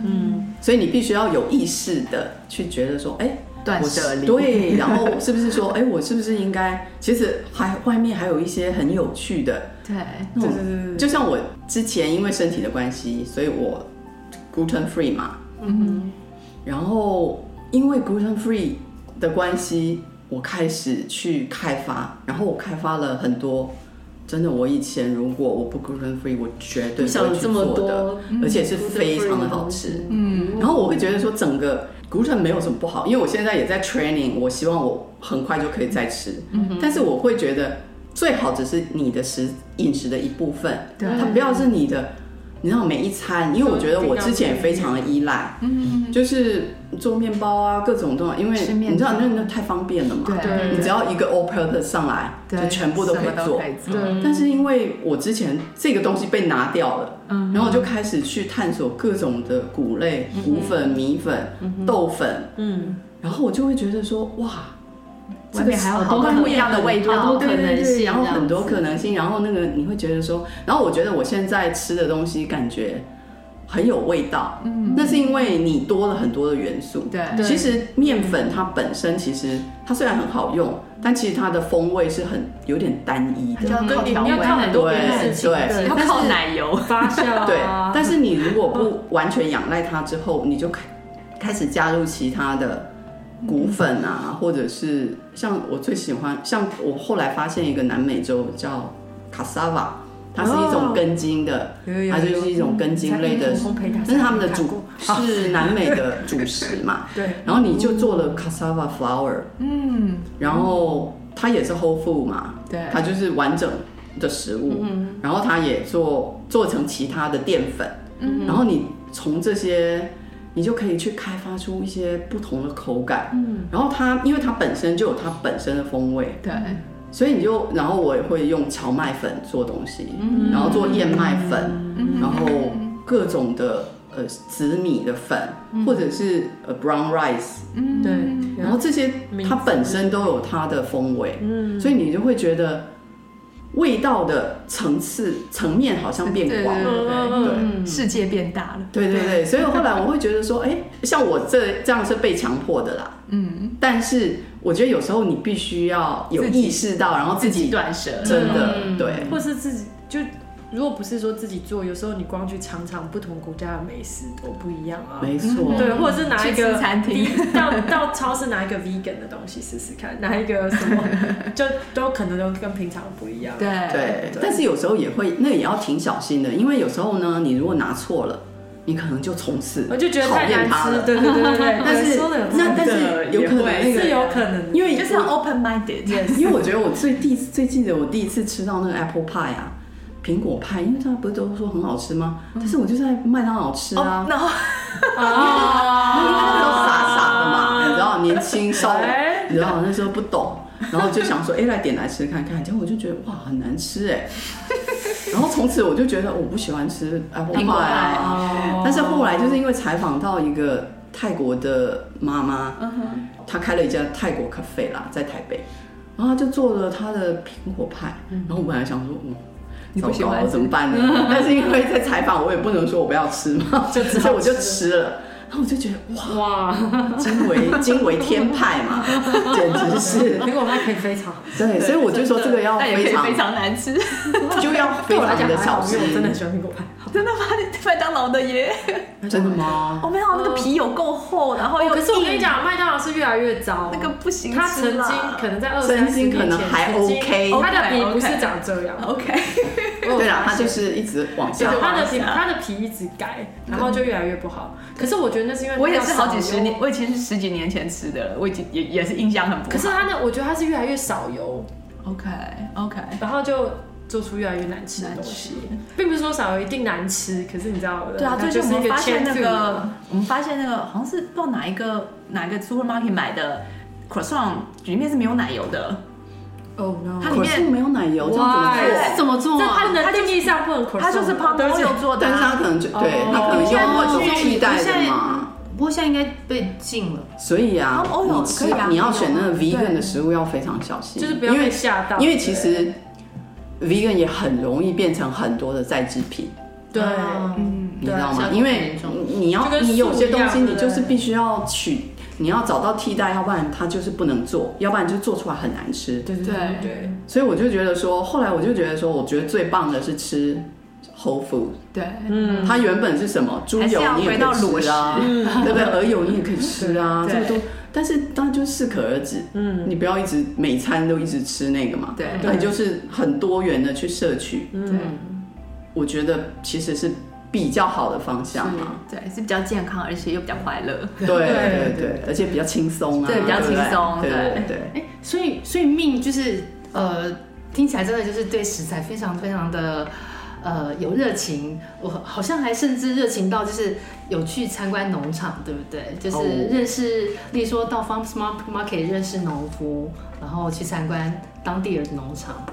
嗯，所以你必须要有意识的去觉得说，哎、断我舍离。对，然后是不是说，哎、我是不是应该？其实还外面还有一些很有趣的，对，那对种对对对对，就像我之前因为身体的关系，所以我 gluten free 嘛，嗯然后因为 gluten free 的关系，我开始去开发，然后我开发了很多。真的，我以前如果我不 gluten free，我绝对不不想会有去这么做的多，嗯而且是非常的好吃。嗯，然后我会觉得说，整个 gluten 没有什么不好，因为我现在也在 training，我希望我很快就可以再吃。嗯但是我会觉得最好只是你的食饮食的一部分，对嗯它不要是你的，你知道每一餐，因为我觉得我之前也非常的依赖，嗯，就是做面包啊，各种都，因为吃面包你知道那那太方便了嘛，对对你只要一个 all purpose 上来，就全部都可什么以做可。以做。对但是因为我之前这个东西被拿掉了，嗯然后我就开始去探索各种的谷类、谷粉、米粉、嗯豆粉，嗯，然后我就会觉得说，哇，外面还有好多这个不一样的味好多道。可能啊性，然后很多可能性，然后那个你会觉得说，然后我觉得我现在吃的东西感觉很有味道，嗯，那是因为你多了很多的元素，对对其实面粉它本身其实它虽然很好用，但其实它的风味是很有点单一它就的，要靠你调你味要，靠很多别的事情，对对要靠奶油。发酵 <laughs> 啊，对。但是你如果不完全仰赖它之后，你就开开始加入其他的。谷粉嗯啊，或者是像我最喜欢，像我后来发现一个南美洲叫 cassava，它是一种根茎的，哦有有嗯它就是一种根茎类的在英国烘焙它但是他们的看主过，是南美的主食嘛对，然后你就做了 cassava flour，嗯，然后它也是 whole food 嘛，对嗯它就是完整的食物，然后它也做做成其他的淀粉，嗯然后你从这些。你就可以去开发出一些不同的口感，嗯，然后它因为它本身就有它本身的风味，对，所以你就，然后我也会用荞麦粉做东西，嗯然后做燕麦粉，然后各种的呃紫米的粉，嗯或者是呃 brown rice，嗯对，然后这些它本身都有它的风味，所以你就会觉得味道的层次层面好像变广了。对对嗯世界变大了。对对对，所以后来我会觉得说，哎、像我这这样是被强迫的啦。嗯，但是我觉得有时候你必须要有自己意识到，然后自己断舍。真的、嗯对。或是自己就。如果不是说自己做，有时候你光去尝尝不同国家的美食都不一样啊。没错，对，或者是拿一去个吃餐厅第一到到超市拿一个 vegan 的东西试试看，拿一个什 <laughs> 么，就都可能都跟平常不一样。啊对对，但是有时候也会，那也要挺小心的，因为有时候呢，你如果拿错了，你可能就从此我就觉得讨太厌难它吃，了。对对对对对。但是说的有道理那但是有可能那是个，有可能的，因为 <laughs> 就是要 open minded。因为我觉得我最第一次最记得我第一次吃到那个 apple pie 啊，苹果派，因为大家不是都说很好吃吗？但是我就在麦当劳吃啊，哦然后那时候傻傻的嘛，啊你知道，年轻少女哎，你知道那时候不懂，然后就想说，哎、来点来吃看看，结果我就觉得哇，很难 <laughs> 吃哎、然后从此我就觉得我不喜欢吃 apple pie，苹果派啊哦但是后来就是因为采访到一个泰国的妈妈，嗯她开了一家泰国咖啡啦，在台北，然后她就做了她的苹果派，然后我本来想说，嗯。你不喜欢糟糕吃怎么办 <laughs> 呢？但是因为在采访，我也不能说我不要吃嘛，就所以我就吃了。然后我就觉得哇，哇，惊为惊为天派 <laughs> 嘛，简直是苹果派可以非常好吃，对，所以我就说这个要但也可非以常非常难吃，就要非对我来常讲的还小好，因心为，我真的很喜欢苹果派。 <laughs> 真的吗？麦当劳的耶，真的哦吗？我没有那个皮有够厚，然后又哦，可是我硬跟你，讲，麦当劳是越来越糟，那个不行他吃曾经啦可能在二曾三十经年前可能还曾经 OK 它的皮 OK，OK 不是长这样。 OK，哦啊对啦，它它就是一直往对下一，直它的往皮下它的皮一直改，然后就越来越不好。可是我觉得那是因为我也它是好少几十油年，，我已经是十几年前吃的了，我已经也也是印象很不好。可是它的我觉得它是越来越少油， OK OK，然后就做出越来越难吃的东西，并不是说少油一定难吃，可是你知道的，对啊，它最就近是我一们个发现那 chain 个，我们发现那个好像是不知道哪一个哪一个 supermarket 买的 croissant 里面是没有奶油的， Oh no！它里可面是没有奶油，这样怎么是做？怎么做这啊？它的定义上不能 croissant，它就是泡沫对不起肉做的但是它啊。可能就对，哦它可能用某种替代现在的嘛。不过现在应该被禁了，所以啊，哦有你吃可以啊你要选那个可以有 vegan 的食物要非常小心，就是不要因被为吓到，因为其实 vegan 也很容易变成很多的再制品。对，啊嗯，你知道吗像？因为那种你要就跟你有些东西树一样对你不对就是必须要取，你要找到替代，要不然它就是不能做，要不然就做出来很难吃。对对对对所以我就觉得说，后来我就觉得说，我觉得最棒的是吃 Whole Food，对，嗯，它原本是什么猪油你也可以吃啊，对不对？鹅油你也可以吃啊，这对个都，但是当然就适可而止，嗯，你不要一直每餐都一直吃那个嘛，对那你就是很多元的去摄取，嗯，我觉得其实是比较好的方向嘛。对，是比较健康，而且又比较快乐。对对对，而且比较轻松啊，对比较轻松对对对对。哎，所以所以命就是呃，听起来真的就是对食材非常非常的呃有热情，我好像还甚至热情到就是有去参观农场，对不对？就哦是认识，例如说到 Farm Smart Market 认识农夫，然后去参观当地的农场。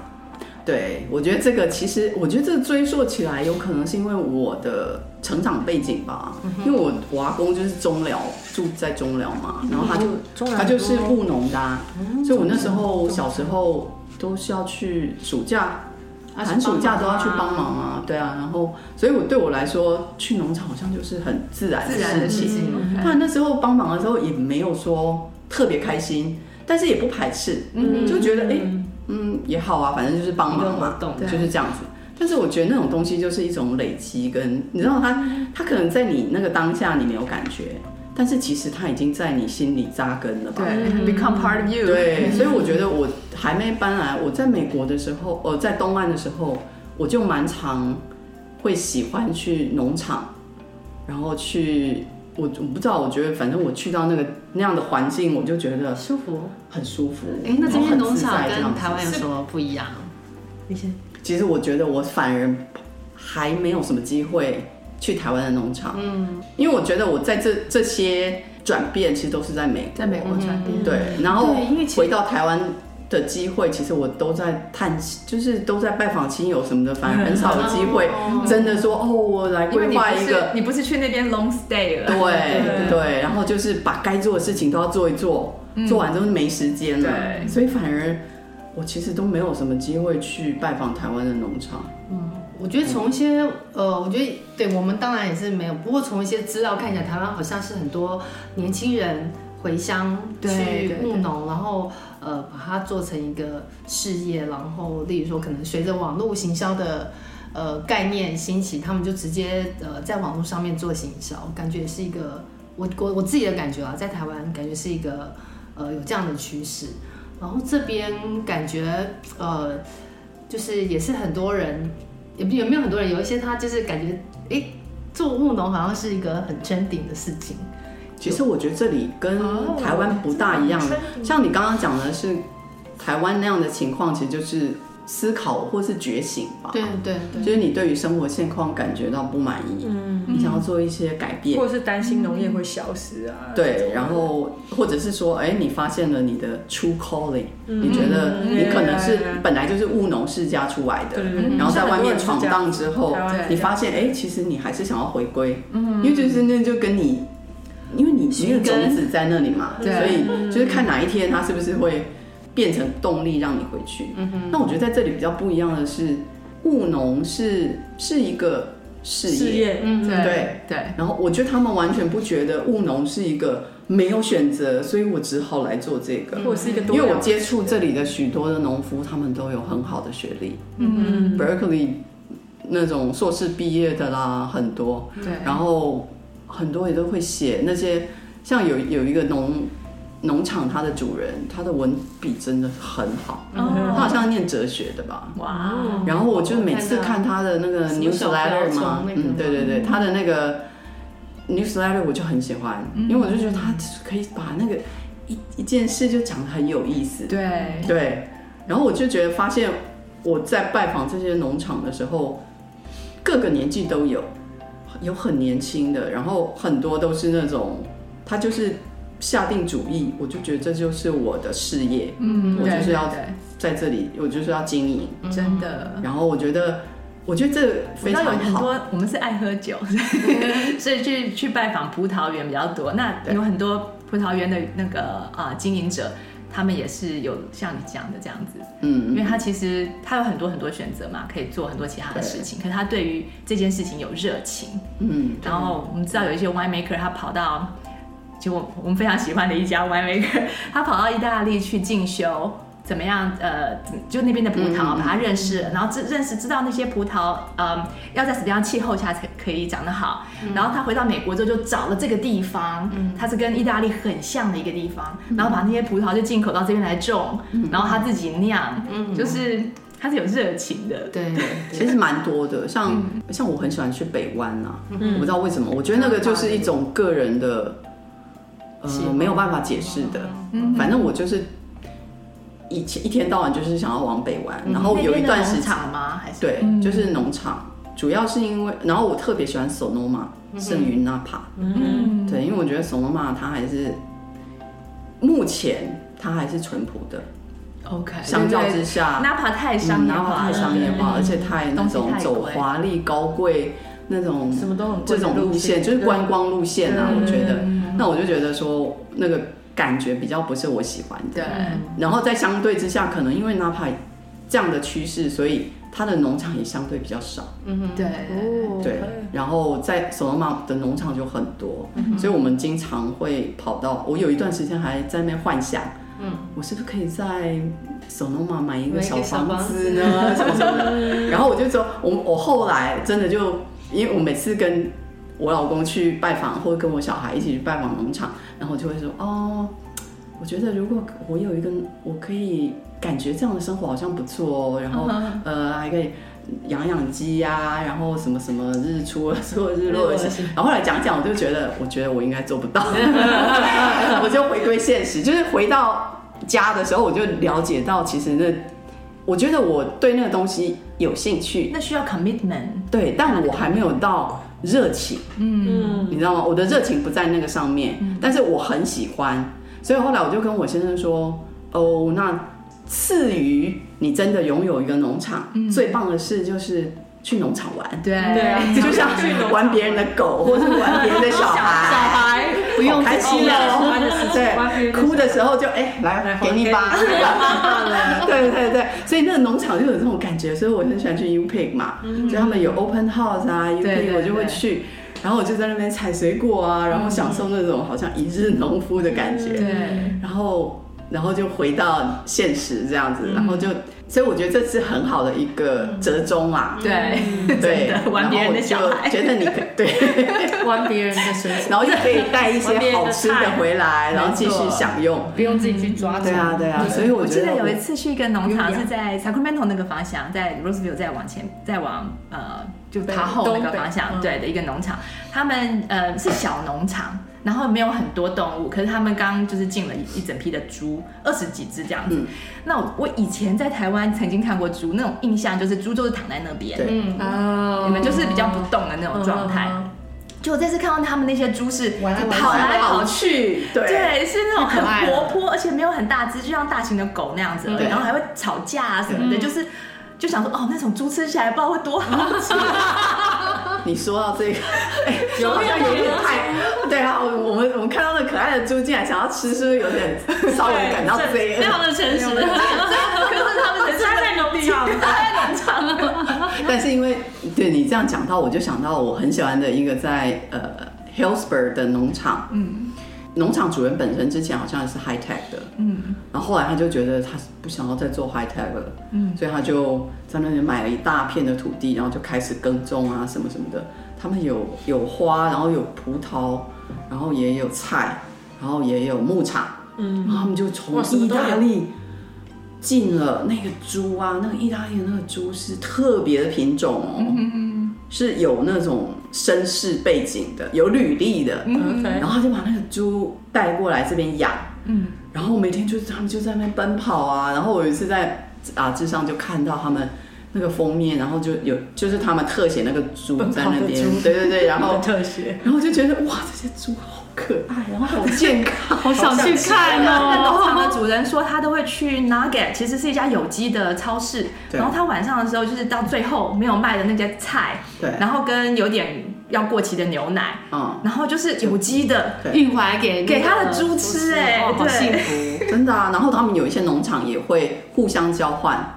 对，我觉得这个其实，我觉得这个追溯起来，有可能是因为我的成长背景吧，因为我我阿公就是中寮，住在中寮嘛，然后他就、中他就是务农的、啊，所以我那时候小时候都是要去暑假。啊寒暑假都要去帮去帮忙啊，对啊，然后，所以我对我来说，去农场好像就是很自然自然的事事情情。那那时候帮忙的时候也没有说特别开心，但是也不排斥，就觉得哎、诶嗯，也好啊，反正就是帮忙嘛一个活，动就是这样子。但是我觉得那种东西就是一种累积，跟你知道它，它可能在你那个当下你没有感觉，但是其实它已经在你心里扎根了吧。对，become part of you。对，所以我觉得我还没搬来，我在美国的时候，呃，在东岸的时候，我就蛮常会喜欢去农场，然后去，我我不知道，我觉得反正我去到那个那样的环境，我就觉得舒服。很舒服。哎，那这然后边很农自场在这跟样子台湾有什么不一样？其实我觉得我反而还没有什么机会去台湾的农场，嗯，因为我觉得我在这这些转变其实都是在美国，嗯在美国传递。对，然后对因为其实回到台湾的机会，其实我都在探亲，就是都在拜访亲友什么的，反而很少有机会，嗯真的说哦，我来因为规你划不一是个，你不是去那边 long stay 了，对对，然后就是把该做的事情都要做一做，做完之后就没时间了，对所以反而我其实都没有什么机会去拜访台湾的农场，我觉得从一些呃，我觉得对我们当然也是没有，不过从一些资料看起来，台湾好像是很多年轻人回乡对去对对务农，然后呃把它做成一个事业，然后例如说可能随着网络行销的呃概念兴起，他们就直接呃在网络上面做行销，感觉是一个我我我自己的感觉啊，在台湾感觉是一个呃有这样的趋势，然后这边感觉呃就是也是很多人，也不也没有很多人，有一些他就是感觉，哎、做务农好像是一个很 trending 的事情。其实我觉得这里跟台湾不大一样，像你刚刚讲的是台湾那样的情况，其实就是思考或是觉醒吧。对对对，就是你对于生活现况感觉到不满意，嗯，你想要做一些改变，或者是担心农业会消失啊，这对种，然后或者是说，哎，你发现了你的 true calling，你觉得你可能是嗯本来就是务农世家出来的对，对对，然后在外面闯荡之后台湾，你是这样嗯发现哎，其实你还是想要回归，因为就是那就跟你，因为你你有种子在那里嘛，对所嗯以就是看哪一天它是不是会变成动力让你回去。嗯那我觉得在这里比较不一样的是，务农是是一个事事业，业，嗯对对。对，然后我觉得他们完全不觉得务农是一个没有选择，所以我只好来做这个。或者是一个多嗯因为样，我接触这里的许多的农夫，他们都有很好的学历，嗯，Berkeley 那种硕士毕业的啦，很多，对然后很多也都会写那些，像有有一个农农场，它的主人他的文笔真的很好，嗯他好哦，像念哲学的吧，哇，然后我就每次看他的那个什么小 newsletter 瓢虫嘛，那个吗嗯，对对对，他的那个 newsletter 我就很喜欢，因为我就觉得他可以把那个一一件事就讲得很有意思，对，对。然后我就觉得发现我在拜访这些农场的时候，各个年纪都有，有很年轻的，然后很多都是那种他就是下定主意，我就觉得这就是我的事业，嗯，我对就是要对对在这里我就是要经营。真的。然后我觉得，我觉得这个我非知道有常很好。多，我们是爱喝 <laughs> 酒，所以去去拜访葡萄园比较多。那对有很多葡萄园的那个啊、呃经营者，他们也是有像你讲的这样子，因嗯，为他其实他有很多很多选择嘛，可以做很多其他的事情，可是他对于这件事情有热情。嗯，然后我们知道有一些 winemaker，他跑到，就我我们非常喜欢的一家 winemaker，他跑到意大利去进修，怎么样？呃，就那边的葡萄，嗯把它认识，然后知认识知道那些葡萄，嗯，要在什么样气候下才可以长得好。然后他回到美国之后，就找了这个地方，它是跟意大利很像的一个地方，然后把那些葡萄就进口到这边来种，然后他自己酿，就是他是有热情的。对其实蛮多的，像像我很喜欢去北湾啊，嗯我不知道为什么，我觉得那个就是一种个人的，喜呃，欢没有办法解释的。反正我就是以前一天到晚就是想要往北湾，然后有一段时间，场吗？还是对，就是农场，主要是因为，然后我特别喜欢 Sonoma 圣云纳帕，嗯，对，因为我觉得 Sonoma 它还是目前它还是淳朴的， OK，相较之下， ，Napa 太商嗯业然后化太了，商业化，而且太那东西种太走贵华丽高贵那种什么都很贵这的种路线，就是观光路线啊，嗯我觉得。那我就觉得说那个感觉比较不是我喜欢的。对，嗯然后在相对之下，可能因为 Napa 这样的趋势，所以它的农场也相对比较少。对，哦，对，然后在 Sonoma 的农场就很多，所以我们经常会跑到。我有一段时间还在那边幻想，嗯，我是不是可以在 Sonoma 买一个小房子呢？什么 <laughs> 什么的。然后我就说，我我后来真的就，因为我每次跟我老公去拜访，或者跟我小孩一起去拜访农场，然后我就会说，哦，我觉得如果我有一个，我可以感觉这样的生活好像不错哦，然后、呃还可以养养鸡呀、然后什么什么日出 <laughs> 啊，所有日落的事情。然后后来讲讲，我就觉得，我觉得我应该做不 <laughs> 到，我就回归现实，就是回到家的时候，我就了解到，其实那我觉得我对那个东西有兴趣，那需要 commitment，对，但我还没有到热情。嗯，你知道吗？我的热情不在那个上面，但是我很喜欢，所以后来我就跟我先生说，哦，那次于你真的拥有一个农场，最棒的事就是去农场玩，对对啊，就像玩别人的狗，或是玩别人的小孩，孩不用开开心心了了哦哦，玩别对，人的哭的时候就哎、来给你吧， <laughs> 对对对，所以那个农场就有这种感觉，所以我很喜欢去 U Pick 嘛，所以他们有 Open House 啊，U 嗯对对 Pick 我就会对去，然后我就在那边采水果啊，然后享受那种好像一日农夫的感觉，嗯对，然后然后就回到现实这嗯样子，然后就，所以我觉得这是很好的一个折中啦，对，对真的，玩别人的小然后我孩就，觉得你可对。玩别人的水果，然后就可以带一些好吃的回来，然后继续享用。不用自己去抓。对啊，对啊，所以我我记觉得得有一我次去一个农场，是在 Sacramento 那个方向，在 Roseville 再往前，再往呃就爬后那个方东北向，嗯对的一个农场，他们呃是小农场，然后没有很多动物，可是他们刚就是进了一一整批的猪，二十几只这样子。嗯那我我以前在台湾曾经看过猪，那种印象就是猪就是躺在那边，对嗯，哦你们就是比较不动的那种状态。嗯就我这次看到他们那些猪是玩来玩去跑来跑去，对对，是那种太很可爱了活泼，而且没有很大只，就像大型的狗那样子而已，对嗯然后还会吵架啊什么的，就是就想说哦，那种猪吃起来不知道会多好哦吃。啊你说到 <laughs> 这个，哎，有好像有点太……对啊，我我们我们看到那可爱的猪进来想要吃，是不是有点稍微 <laughs> 感到非罪恶？常的诚实，可是他们 <laughs> 他在农场， <laughs> 但是因为对你这样讲到，我就想到我很喜欢的一个在呃 Hillsburg 的农场，嗯，农场主人本身之前好像是 high tech 的，嗯，然后后来他就觉得他不想要再做 high tech 了，嗯，所以他就在那里买了一大片的土地，然后就开始耕种啊什么什么的。他们有有花，然后有葡萄，然后也有菜，然后也有牧场，嗯，然后他们就从哇什么意都有大利。进了那个猪啊，那个意大利的那个猪是特别的品种哦，是有那种绅士背景的，有履历的， OK 然后他就把那个猪带过来这边养，嗯，然后每天就是他们就在那边奔跑啊，然后我有一次在杂志上就看到他们。那个封面，然后就有就是他们特写那个猪在那边奔跑的猪，对对对，然后特写，然后我就觉得哇，这些猪好可爱，然后好健康，好想去看那哦。农场的主人说，他都会去 Nugget，其实是一家有机的超市。对然后他晚上的时候，就是到最后没有卖的那些菜，对然后跟有点要过期的牛奶，嗯，然后就是有机的，对运怀给那个给他的猪吃哎哦好对幸福。真的啊，然后他们有一些农场也会互相交换，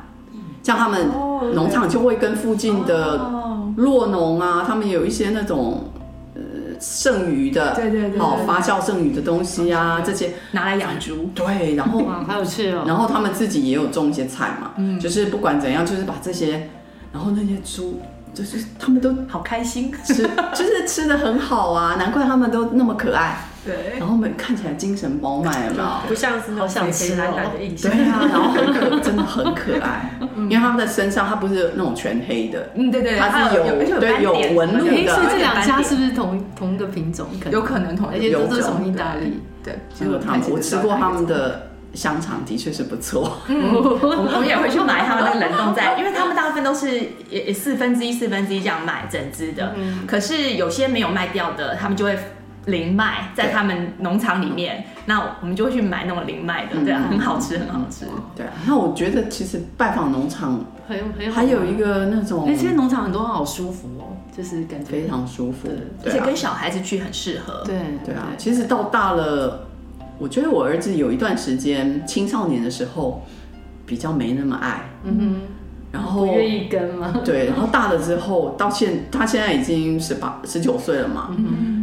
像他们农场就会跟附近的哦落农啊，他们有一些那种呃剩余的，对对对对哦发酵剩余的东西啊，这些拿来嗯养猪。对，然后嗯哇，好有趣哦。然后他们自己也有种一些菜嘛，就是不管怎样，就是把这些，然后那些猪就是他们都好开心，吃， <laughs> 就是吃的很好啊，难怪他们都那么可爱，对，然后们看起来精神饱满，有没有？不像是那好种想吃肥肥懒哦懒的印象对。啊，然后很可，真的很可爱，因为他们的身上它不是那种全黑的，嗯，对对，它是有有而且对斑有点纹路哎，的所以这两斑家点是不是同同一个品种？可能有可能同而且都有都是种从意大利。 <laughs> 对，其就实是我他看们起来我就知吃道过哪他一种，们的香肠，的确是不错。 <laughs> 我们也会去买他们那个冷 <laughs> 冻在，因为他们大部分都是也也四分之一、四分之一这样买整只的，嗯可是有些没有卖掉的，他们就会。零卖在他们农场里面，那我们就会去买那种零卖的，嗯对，啊很好吃，很好吃。对啊，那我觉得其实拜访农场很有很有。啊还有一，个那种哎，其实农场很多好舒服哦，就是感觉哦非常舒服，而对且啊跟小孩子去很适合。对对啊。其实到大了，我觉得我儿子有一段时间青少年的时候比较没那么爱，嗯然后不愿意跟吗？对，然后大了之后，到现他现在已经十八、十九岁了嘛，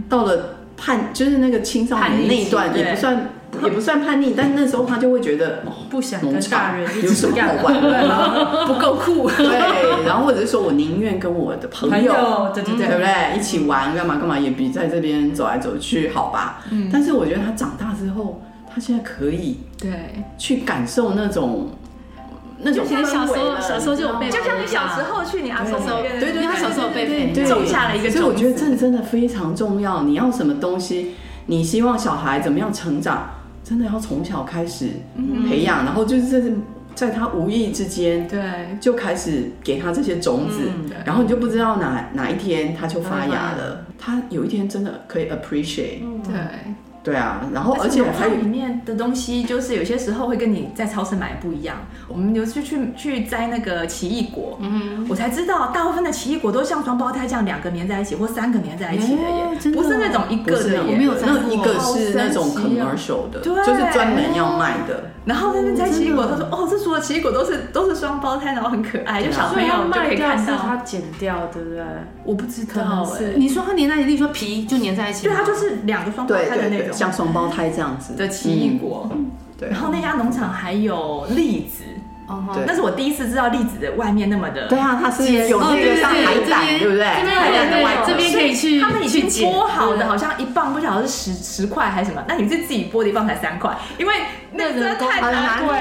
到了叛就是那个青少叛年逆那一期段，对也不算也不算叛逆，但那时候他就会觉得哦，不想农跟大场人一有什起么好干，玩 <laughs> 的？不够 <laughs> 酷。对，然后或者是说我宁愿跟我的朋朋友，友，对对对不对，对？一起玩干嘛干嘛，也比在这边走来走去好吧？但是我觉得他长大之后，他现在可以对，去感受那种那种其实小时氛围候了小时候就有被，就像你小时候去你阿公那边，对对，因为他小时候有被培养对种下了一个所以我种觉得这真的非常重要。你要什么东西，你希望小孩怎么样成长，真的要从小开始培养，然后就是这是在他无意之间对就开始给他这些种子，然后你就不知道哪哪一天他就发芽了。他有一天真的可以 appreciate，、对。对啊，然后而嗯而且且农还有场里面的东西，就是有些时候会跟你在超市买的不一样。我们有去去去摘那个奇异果，嗯，我才知道大部分的奇异果都像双胞胎这样两个粘在一起或三个粘在一起的耶，哎真的哦不是那种一不个是的那耶。种没有摘那过一个是那种好神奇哦 commercial 的，对就是专门要卖的。然后在那边摘奇异果，他说：“哦，这所有奇异果都是都是双胞胎，然后很可爱，就小所朋以友要就可卖以掉看是到。他剪掉，对不对？”我不知可嗯道能哎，是哦你说它粘在一起，你说皮啊就粘在一起对，吗，它就是两个双胞对胎哦的那对对，种像双胞胎这样子的奇异，果。嗯对然后那家农场还有栗子，哦吼对那是我第一次知道栗子的外面那么的对啊，它是有哦那对个对像对海这胆，边对不对？这边海胆的对外对壳这边可以去他们已经去解剥好的嗯好像一磅不晓得是十十块还是什么，那你是自己剥的一磅才三块，因为那真的太那人工难好过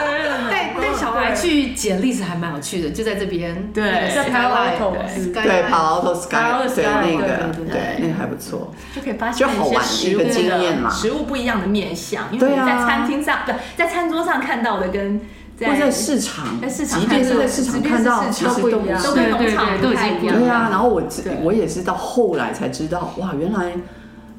难了。带带小孩去捡例子还蛮有趣的，就在这边。对那个在 Palo Skyline， Alto，对是 Skyline 对 Palo Alto Palo Alto Sky，对 Sky，那对对个，对对那个还不错。就可以发现就好玩一些食一个物经的验嘛食物不一样的面相，因为对你啊在餐厅上不在餐桌上看到的跟或在者在市场，在市场即看便是到在的市场即便看是到，市其场实都不都一不样是都跟农对场对都已经太不一样对了啊，然后我知对我也是到后来才知道，哇，原来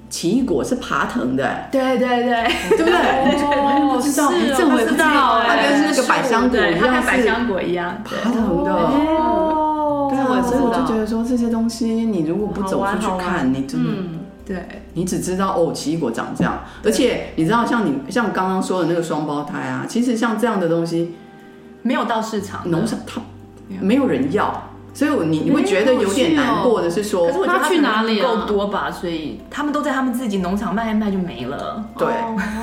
奇异果是爬藤的、对对对。对不对？哦，不知道是哦这我也不知道它哎，跟那个百香果对，一它样跟百是香果一样，对爬藤的。哦，对这也啊，不知所以道我就觉得说这些东西，你如果不走出去好玩好看，你真的嗯，对，你只知道哦，奇异果长这样，而且你知道像你像我刚刚说的那个双胞胎啊，其实像这样的东西，没有到市场的农场它没有人要，所以我你你会觉得有点难过的是说，可是我觉得他去哪里啊可能不够多吧，所以他们都在他们自己农场卖一卖就没了。对，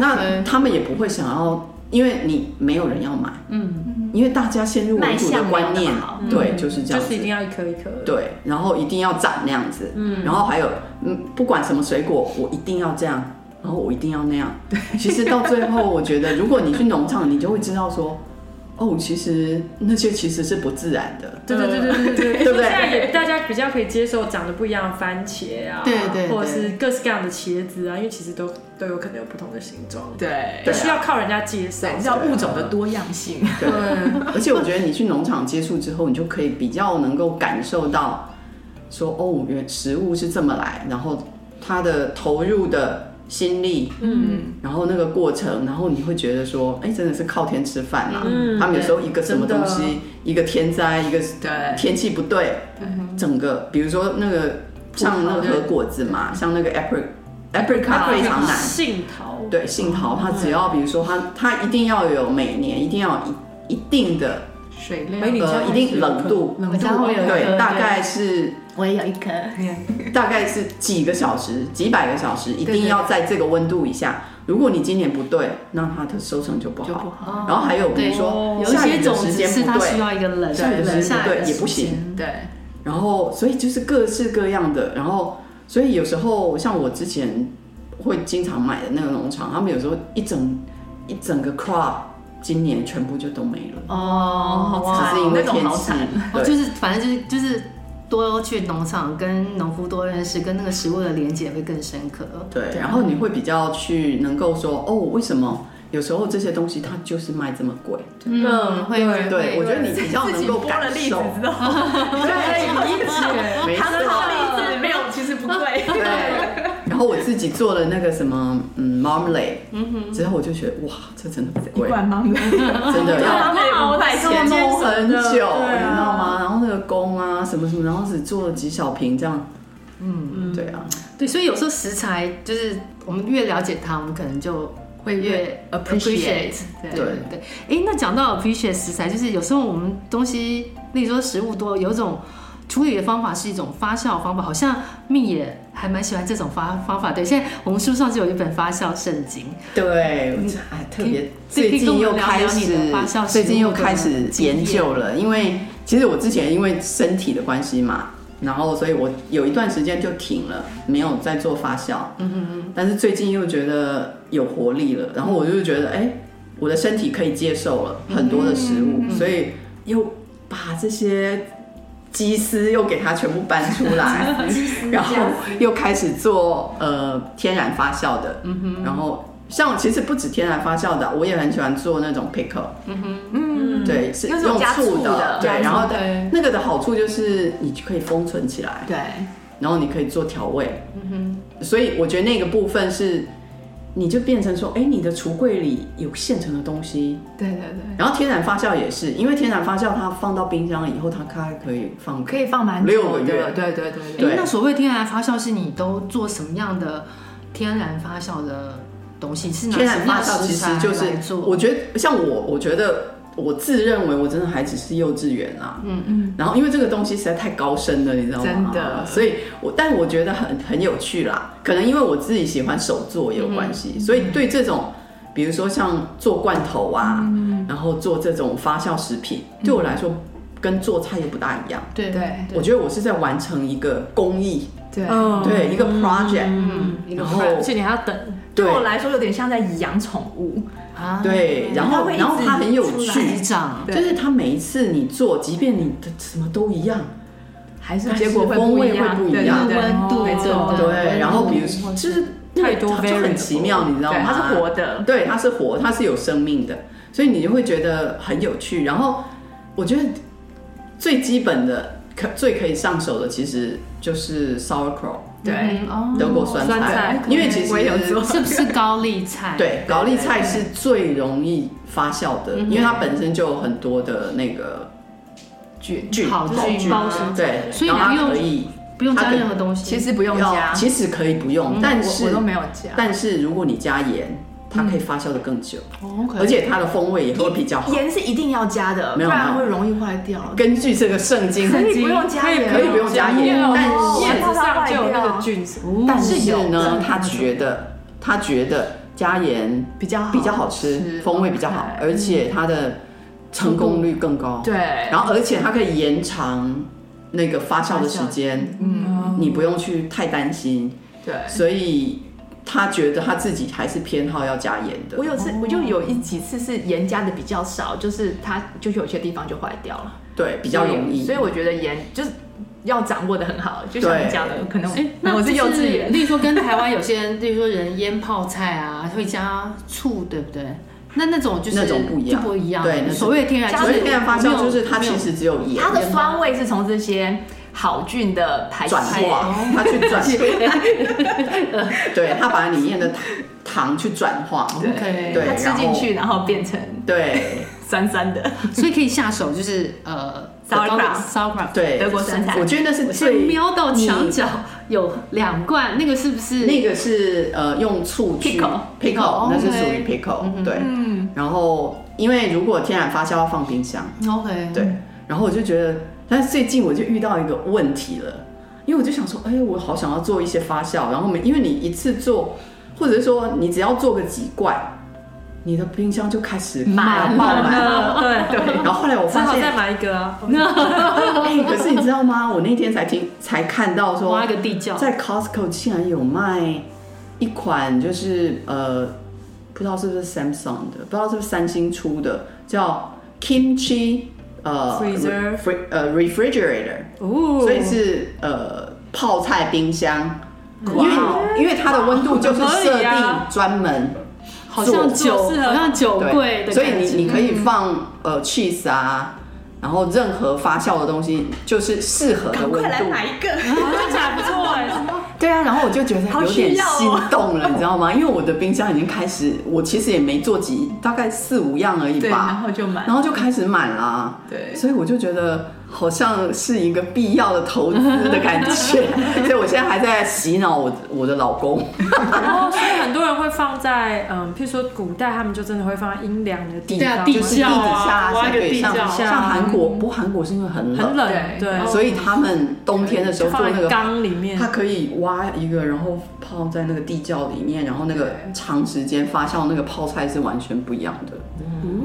那他们也不会想要，因为你没有人要买，嗯，因为大家先入为主的卖观相没有念那么好，对，就是这就样子是一，定要一颗一颗的。对，然后一定要长那样子，嗯，然后还有，嗯，不管什么水果，我一定要这样，然后我一定要那样，其实到最后，我觉得如果你去农场，你就会知道说，哦，其实那些其实是不自然的，对对对对对对，对不对现在也大家比较可以接受长得不一样的番茄啊，对对对或者是各式各样的茄子啊，因为其实都都有可能有不同的形状，对对啊需要靠人家介绍。对，叫物种的多样性。对，而且我觉得你去农场接触之后，你就可以比较能够感受到说，哦，原食物是这么来，然后它的投入的心力，嗯，然后那个过程，然后你会觉得说，哎，真的是靠天吃饭啦、嗯他们有时候一个什么东真西，一个天灾，一个对天气不对，整个比如说那个像那个对核果子嘛，像那个 apricot apricot 非常难。杏桃，对，杏桃它只要比如说它它一定要有每年一定要有一一定的水哎美女呃一定冷度，冷我家会有一颗对，大概是我也有一颗，大概是几个小时、几百个小时，一定要在这个温度以下。如果你今年不对，那它的收成就不就不好。好。哦然后还有比如有说一下些雨种的时子间是不它需对，要一个冷下雨的时间不对也不行。对，然后所以就是各式各样的，然后所以有时候像我之前会经常买的那个农场，他们有时候一整一整个 crop 今年全部就都没了。哦，好只惨是因哦，为那种天好气惨。，哦，对，就是反正就是就是多去农场跟农夫多认识，跟那个食物的连接会更深刻。对，然后你会比较去能够说，哦，为什么有时候这些东西它就是卖这么贵？嗯，会会对，我觉得你比较自能己够剥了感 <laughs> 栗子受，之后，对，没糖错，炒栗子没有，其实不贵。对。然后我自己做了那个什么，嗯，marmalade，之后我就觉得，哇，这真的不贵，芒果，真的 <laughs> 要芒果五块要钱，弄很久，你知对啊道吗？然后那个工啊，什么什么，然后只做了几小瓶这样，嗯，对啊，对，所以有时候食材就是我们越了解它，我们可能就会越 appreciate，对对对对。哎，那讲到 appreciate 食材，就是有时候我们东西，例如说食物多，有一种处理的方法是一种发酵方法，好像蜜也还蛮喜欢这种发方法。对，现在我们书上就有一本发酵圣经，对，我这哎，特别嗯可以最近又开可以跟我们聊聊你的发酵食物的始，嗯最近又开始研究了，因为其实我之前因为身体的关系嘛，然后所以我有一段时间就停了，没有在做发酵，嗯嗯嗯，但是最近又觉得有活力了，然后我就觉得，哎、我的身体可以接受了很多的食物，嗯所以又把这些鸡丝又给它全部搬出 <laughs> 来，然后又开始做呃天然发酵的，嗯然后像其实不止天然发酵的，我也很喜欢做那种 pickle，嗯，对，是那种用加醋的的，对加，醋然后对那个的好处就是你可以封存起来，对，然后你可以做调味，嗯所以我觉得那个部分是。你就变成说，哎、你的橱柜里有现成的东西，对对对，然后天然发酵也是，因为天然发酵它放到冰箱以后，它它可以放可以放蛮久六个的月对对对对哎诶那所谓天然发酵是你都做什么样的天然发酵的东西？是拿天什然么发样的食酵其材实就是来，做？我觉得像我，我觉得我自认为我真的还只是幼稚园啊，嗯嗯。然后因为这个东西实在太高深了，你知道吗？真的所以我但我觉得很很有趣啦，可能因为我自己喜欢手做也有关系，所以对这种。比如说像做罐头啊，然后做这种发酵食品，对我来说跟做菜又不大一样。对哦对我觉得我是在完成一个工艺，对，嗯，对，一个 project，嗯，然后而且你还要等，对对我来说有点像在养宠物，啊，对，然它后会一然后直它很有出来趣局，长，对就是它每一次你做，即便你的什么都一样，还是但结果是会风味一样会不一对样对对温度没错，对对，然后比如或说者就是那个太多它就 variable 很奇妙，你知道对，吗？它是活的，对，它是活，它是有生命的，所以你就会觉得很有趣。然后我觉得最基本的、可最可以上手的，其实就是 sauerkraut 对，嗯哦德国酸酸菜因为其我也有做实是不是高丽菜？对高丽菜是最容易发酵的，因为它本身就有很多的那个菌菌，好菌包身材，对，所以然后你要它可用以不用加它可以任何东 <laughs> 西。其实不用加要，其实可以不用，但我我是都没有加，但是如果你加盐，它可以发酵的更久， OK 而且它的风味也会比较好。盐是一定要加的，不没有然没有会容易坏掉。根据这个圣经，可以不用加盐，哦可以不用加盐哦但是叶子上就有那个菌丝，嗯但是有呢，他觉得他觉得加盐比较好比较好吃，风味比较好，而且它的成功率更高。，对，然后而且它可以延长那个发酵的时间，嗯，你不用去太担心。对。所以他觉得他自己还是偏好要加盐的我。有次，我就有一几次是盐加的比较少，就是它就是有些地方就坏掉了，对，比较容易。所以我觉得盐就是要掌握的很好，就像对你讲的，可能哎那我就是幼稚园，例如说跟台湾有些人，例如说人腌泡菜啊，会加醋，对不对？那那种就是那种不一样就不一样。对那种所谓的天然，所以天然发酵就是它没有其实只有盐它的酸味是从这些好菌的排转泄化，它去转化， <laughs> 对，它把里面的糖糖去转化， OK 对它吃进去，然后变成对酸酸的，所以可以下手就是呃 Sauerkraut sauerkraut，对，德国酸菜我觉得那是我是最瞄到墙角有两罐，那个是不是？那个是呃用醋去 Pickle Pickle， pickle，那是 OK 属于 pickle，对，然后因为如果天然发酵要放冰箱， OK，对，然后我就觉得，但是最近我就遇到一个问题了，因为我就想说，哎，我好想要做一些发酵，然后每因为你一次做，或者是说你只要做个几罐，你的冰箱就开始满爆满了。对对，然后后来我只发好现，再买一个啊，哎，可是你知道吗？我那天才听才看到说挖，一个地窖，在 Costco 竟然有卖一款，就是呃，不知道是不是 Samsung 的，不知道是不是三星出的，叫 Kimchi 呃 Freezer re- re- 呃 refrigerator，哦，所以是呃泡菜冰箱，因为因为它的温度就是设合理定啊专门好像酒，做适合好像酒柜哦的感觉，嗯对，所以你你可以放呃 cheese 啊，然后任何发酵的东西，就是适合的赶 <laughs> 温快来度。买一个，听起来不错哎，对啊，然后我就觉得好有需点要哦心动了，你知道吗？因为我的冰箱已经开始，我其实也没做几，大概四五样而已对，然吧，后就买然，后就开始满啦。对所以我就觉得好像是一个必要的投资的 <laughs> 感觉，所以我现在还在洗脑我我的老公。然后所以很多人会放在嗯，譬如说古代他们就真的会放在阴凉的地对啊方，地就是地底窖下，啊挖像一个对地像窖像韩国，不过韩国是因为很冷，很冷，对对，所以他们冬天的时候做放那在个，缸里面它，可以挖一个，然后泡在那个地窖里面，然后那个长时间发酵，那个泡菜是完全不一样的。嗯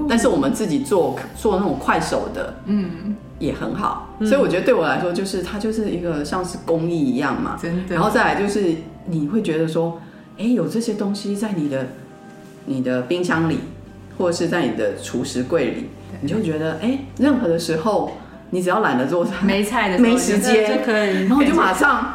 但是我们自己做做那种快手的，嗯，也很好。嗯所以我觉得对我来说，就是它就是一个像是工艺一样嘛。真的然后再来就是你会觉得说，哎，有这些东西在你的你的冰箱里，或者是在你的厨师柜里，你就会觉得，哎，任何的时候，你只要懒得做菜，没菜的时候没时这间样就可以然后我就马上，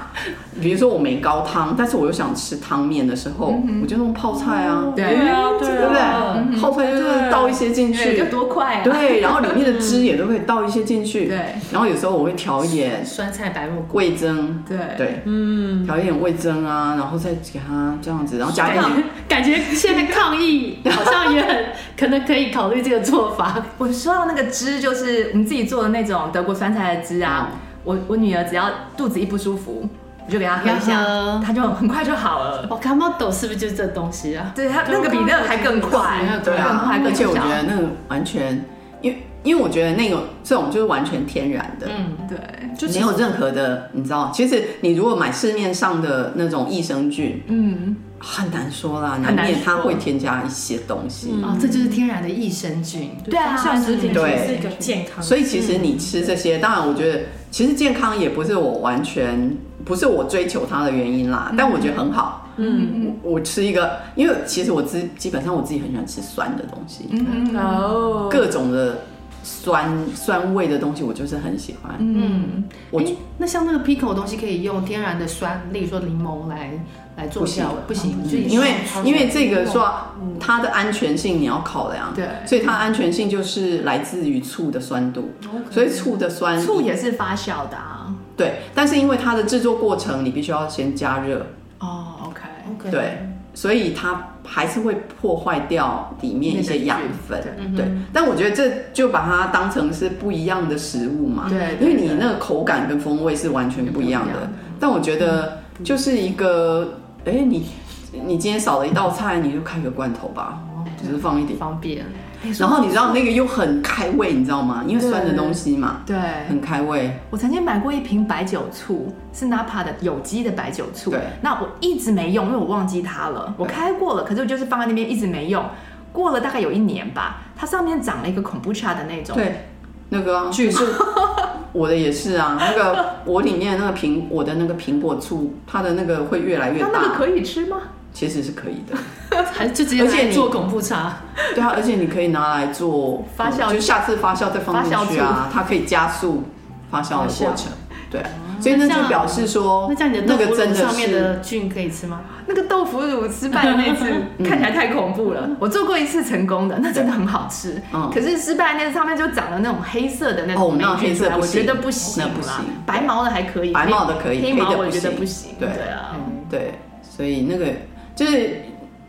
比如说我没高汤，但是我又想吃汤面的时候，嗯我就弄泡菜啊，对对啊对对不啊，对？泡菜就是倒一些进嗯对，去就，多快啊，对，然后里面的汁也都可以倒一些进去，对。然后有时候我会调一点酸菜白肉锅，味增，对对，嗯，调一点味增啊，然后再给它这样子，然后加一感点觉感觉现在抗议好像也很可能可以考虑这个做法。我说到那个汁，就是我们自己做的那种德国酸菜的汁啊。嗯我我女儿只要肚子一不舒服，我就给她喝一给下她喝，她就很快就好了。我看 model 哦是不是就是这东西啊？对，她那个比那个还更快，对对更啊快，更而且我小觉。得那个完全，因为因为我觉得那个这种就是完全天然的，嗯，对，就没有任何的，你知道，其实你如果买市面上的那种益生菌，嗯，很难说啦，难很难免它说会添加一些东西。嗯哦，这就是天然的益生菌，对啊像食品其实对是一个健康，所以其实你吃这些，当然我觉得其实健康也不是我完全不是我追求它的原因啦，但我觉得很好。嗯，我我吃一个，因为其实我自基本上我自己很喜欢吃酸的东西，然后各种的酸酸味的东西我就是很喜欢。嗯，我诶那像那个 pico 的东西可以用天然的酸，例如说柠檬来来做效，不行，就嗯因为因为这个说说嗯它的安全性你要考量，对所以它安全性就是来自于醋的酸度，所以醋的酸哦醋也是发酵的啊。对，但是因为它的制作过程你必须要先加热，哦，OK， OK，对，所以它还是会破坏掉里面一些养分，对。嗯但我觉得这就把它当成是不一样的食物嘛，对因为你那个口感跟风味是完全不一样不一的样。但我觉嗯得就是一个，哎、你你今天少了一道菜，你就开个罐头吧，哦只是放一点。方便，哎然后你知道那个又很开胃，你知道吗？因为酸的东西嘛，对，很开胃。我曾经买过一瓶白酒醋，是 Napa 的有机的白酒醋。对那我一直没用，因为我忘记它了。我开过了，可是我就是放在那边一直没用。过了大概有一年吧，它上面长了一个恐怖叉的那种。，对，那个啊，就是 <laughs> 我的也是啊，那个我里面的那个苹我的那个苹果醋，它的那个会越来越它那个大，可以吃吗？其实是可以的。 <laughs> 还就直接而且来你做恐怖茶，对啊，而且你可以拿来做发酵就下次发酵再放进去啊，它可以加速发酵的过程。对，所以那就表示说，那这样你的那豆腐个真乳的上面是的菌可以吃吗？那个豆腐乳失败的那 <laughs> 次看起来太恐怖了，我做过一次成功的，那真的很好吃。嗯可是失败的那次上面就长了那种黑色的那哦种霉那菌黑出色来，不我觉行得不行那不啦行白毛的还可以，白黑毛的可以黑黑毛的我不觉得行不行。对嗯对啊，哎对，所以那个就是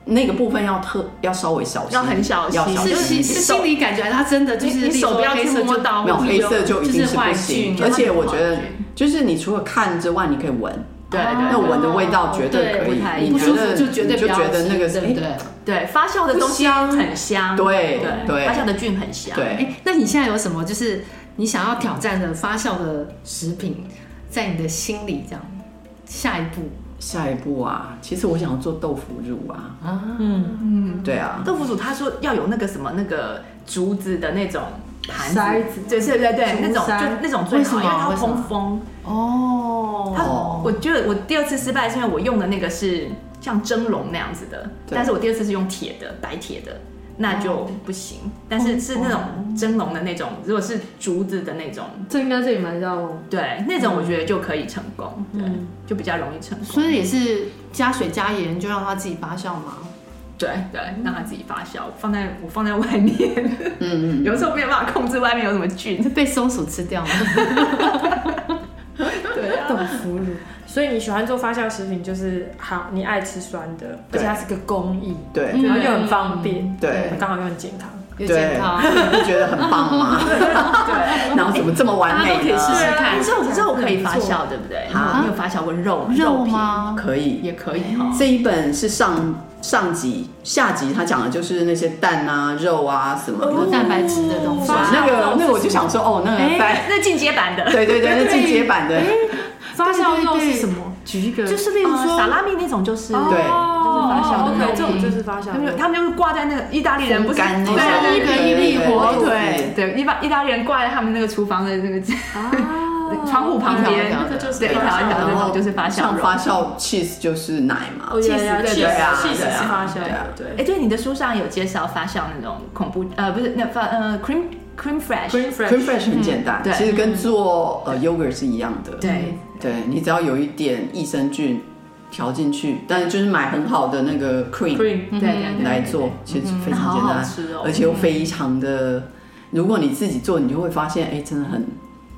那个部分要特要稍微小心，要很小心要小就是心心。是是手心理感觉，还是它真的就你是你手不要例去如说黑色摸就到没有黑色就一定就是是不坏行，菌而且我觉得它是坏菌就是你除了看之外，你可以闻，对对那对闻的味道绝哦对可不太以，不你舒觉服得就绝对你就不要觉得吃那个是对不哎对？对，发酵的东西香很香，对对对发酵的菌很香。对哎，那你现在有什么就是你想要挑战的发酵的食品，在你的心里这样下一步下一步啊，其实我想要做豆腐乳啊，啊？对啊，豆腐乳他说要有那个什么那个竹子的那种盘子筛子，对对对对，那竹种筛就那种最好，为什么因为它为什么通风。哦它哦我觉得我第二次失败是因为我用的那个是像蒸笼那样子的，对但是我第二次是用铁的白铁的，那就不行。但是是那种蒸笼的那种，如果是竹子的那种，这应该这里买到哦。对那种我觉得就可以成功，对嗯，就比较容易成功。所以也是加水加盐就让它自己发酵嘛。对对，让它自己发酵，放在我放在外面，嗯嗯，有时候没有办法控制外面有什么菌。 <laughs> 被松鼠吃掉了，对啊，豆腐乳， <laughs> 所以你喜欢做发酵食品，就是好，你爱吃酸的，而对且它是个工艺，对嗯然后又很方便，对刚好又很健康。又对健，康。你不觉得很棒吗？ <laughs> 然后怎么这么完大家都可美以试呢？试看你知道你知啊道我可以发酵对不对？啊你有发酵过肉肉皮吗？ <laughs> 可以，也可以哈。这一本是上上集、下集，他讲的就是那些蛋啊、肉啊什么的。有哦蛋白质的东西，哇那个那个，我就想说，哦，那个 <laughs> 在哎，那进阶版的，对对对，那进阶版哎的，发酵肉对对是什么？举一个，就是例如说萨拉米那种，就是对哦就是发酵的，OK，肉这种就是发酵他们肉就。他们就是挂在那个意大利人不是干那种对啊一人一粒火对对对，意大意大利人挂在他们那个厨房的那个啊窗户旁边一条一条的，就是对一条一条的那然种后就是发酵像肉。发酵 cheese 就是奶嘛哦，，原来气死气对啊死气死对啊是发酵对啊肉，对哎，对，你的书上有介绍发酵那种恐怖呃，不是那发呃 cream cream fresh，嗯 cream，Green Fresh， fresh 很简单，对其实跟做呃 yogurt 是一样的。对，对，你只要有一点益生菌调进去，但是就是买很好的那个 cream Green 对对对嗯来做，其实非常好简好单，吃哦而且又非常的，如果你自己做，你就会发现，哎，真的很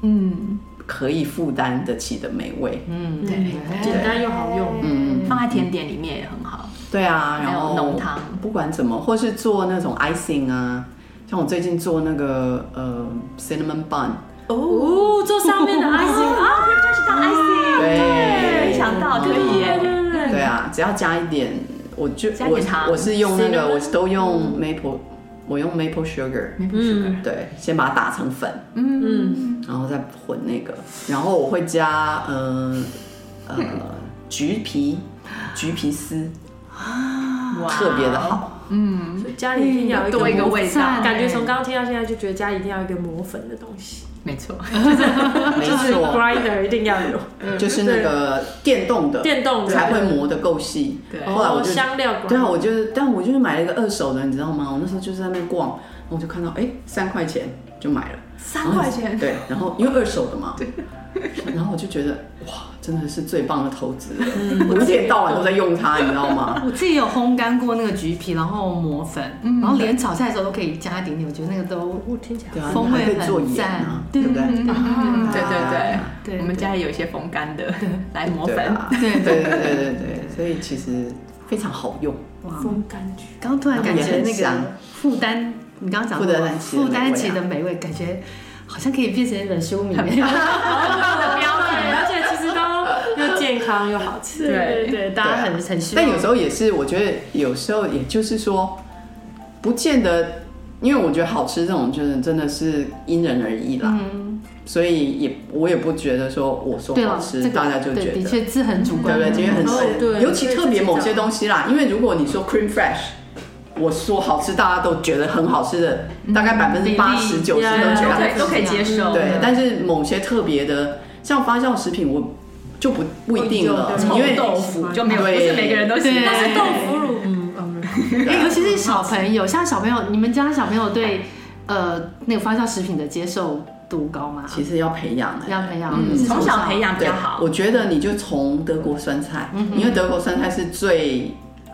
嗯，可以负担得起的美味。嗯，对简单又好用。嗯，放在甜点里面也很好。对啊，还有然后浓汤不管怎么，或是做那种 icing 啊，像我最近做那个呃 cinnamon bun，哦，做上 <laughs> 面的 icing 啊，可以开始当 icing，对没想到可以耶，对啊，只要加一点，我就嗯加一我点糖嗯我是用那个， cinnamon 我都用 maple 我用 maple sugar，嗯对，先把它打成粉，嗯然后再混那个，然后我会加呃呃橘皮橘皮丝，哇特别的，好，嗯，所以家里一定要有多一个磨味道粉感觉从刚刚听到现在就觉得家里一定要有一个磨粉的东西，没错，没就是错， grinder 一定要有，就是那个电动的，电动的才会磨得够细。对后来我哦，就香料对啊，管，我就是，但我就是买了一个二手的，你知道吗？我那时候就在那边逛，然后我就看到，哎，三块钱就买了，三块钱，对，然后因为二手的嘛，对，然后我就觉得，哇，真的是最棒的投资了，我一天到晚都在用它，你知道 <laughs> 吗？我自己有烘干过那个橘皮，然后磨粉，然后连炒菜的时候都可以加一点点，我觉得那个都我听起来对啊，风味还可以做很盐赞啊，对对不对？嗯对对对啊，对我们家也有一些风干的来磨对粉，啊，对对对对对对对，所以其实非常好用，风柑橘，刚刚突然感觉然后也那很香个负担，你刚刚讲负担起的负担起美味啊的美味，感觉好像可以变成一本书名。的标准，而且其实都又健康又好吃，对对对，大家很很需要。但有时候也是，我觉得有时候也就是说，不见得，因为我觉得好吃这种就是真的是因人而异啦，所以也我也不觉得说我说嗯对好了，吃，这个大家就对觉得的。确是很主对观不的，对？今天很哦对尤其对特别自己找某些东西啦，因为如果你说 cream fresh，我说好吃，大家都觉得很好吃的，嗯大概百分之八十九十呀都觉得都可很以都可以接受，对，但是某些特别的，像发酵食品，我就不不一定了，不一定对因为臭豆腐就没有，不对是每个人都喜欢，对但是豆腐乳，嗯，哦啊哎尤其 <laughs> 是小朋友，像小朋友，你们家小朋友对呃那个发酵食品的接受度高吗？其实要培养的。要培养，嗯，是从小培养比对较，好，嗯我觉得你就从德国酸菜，因为德国酸菜是最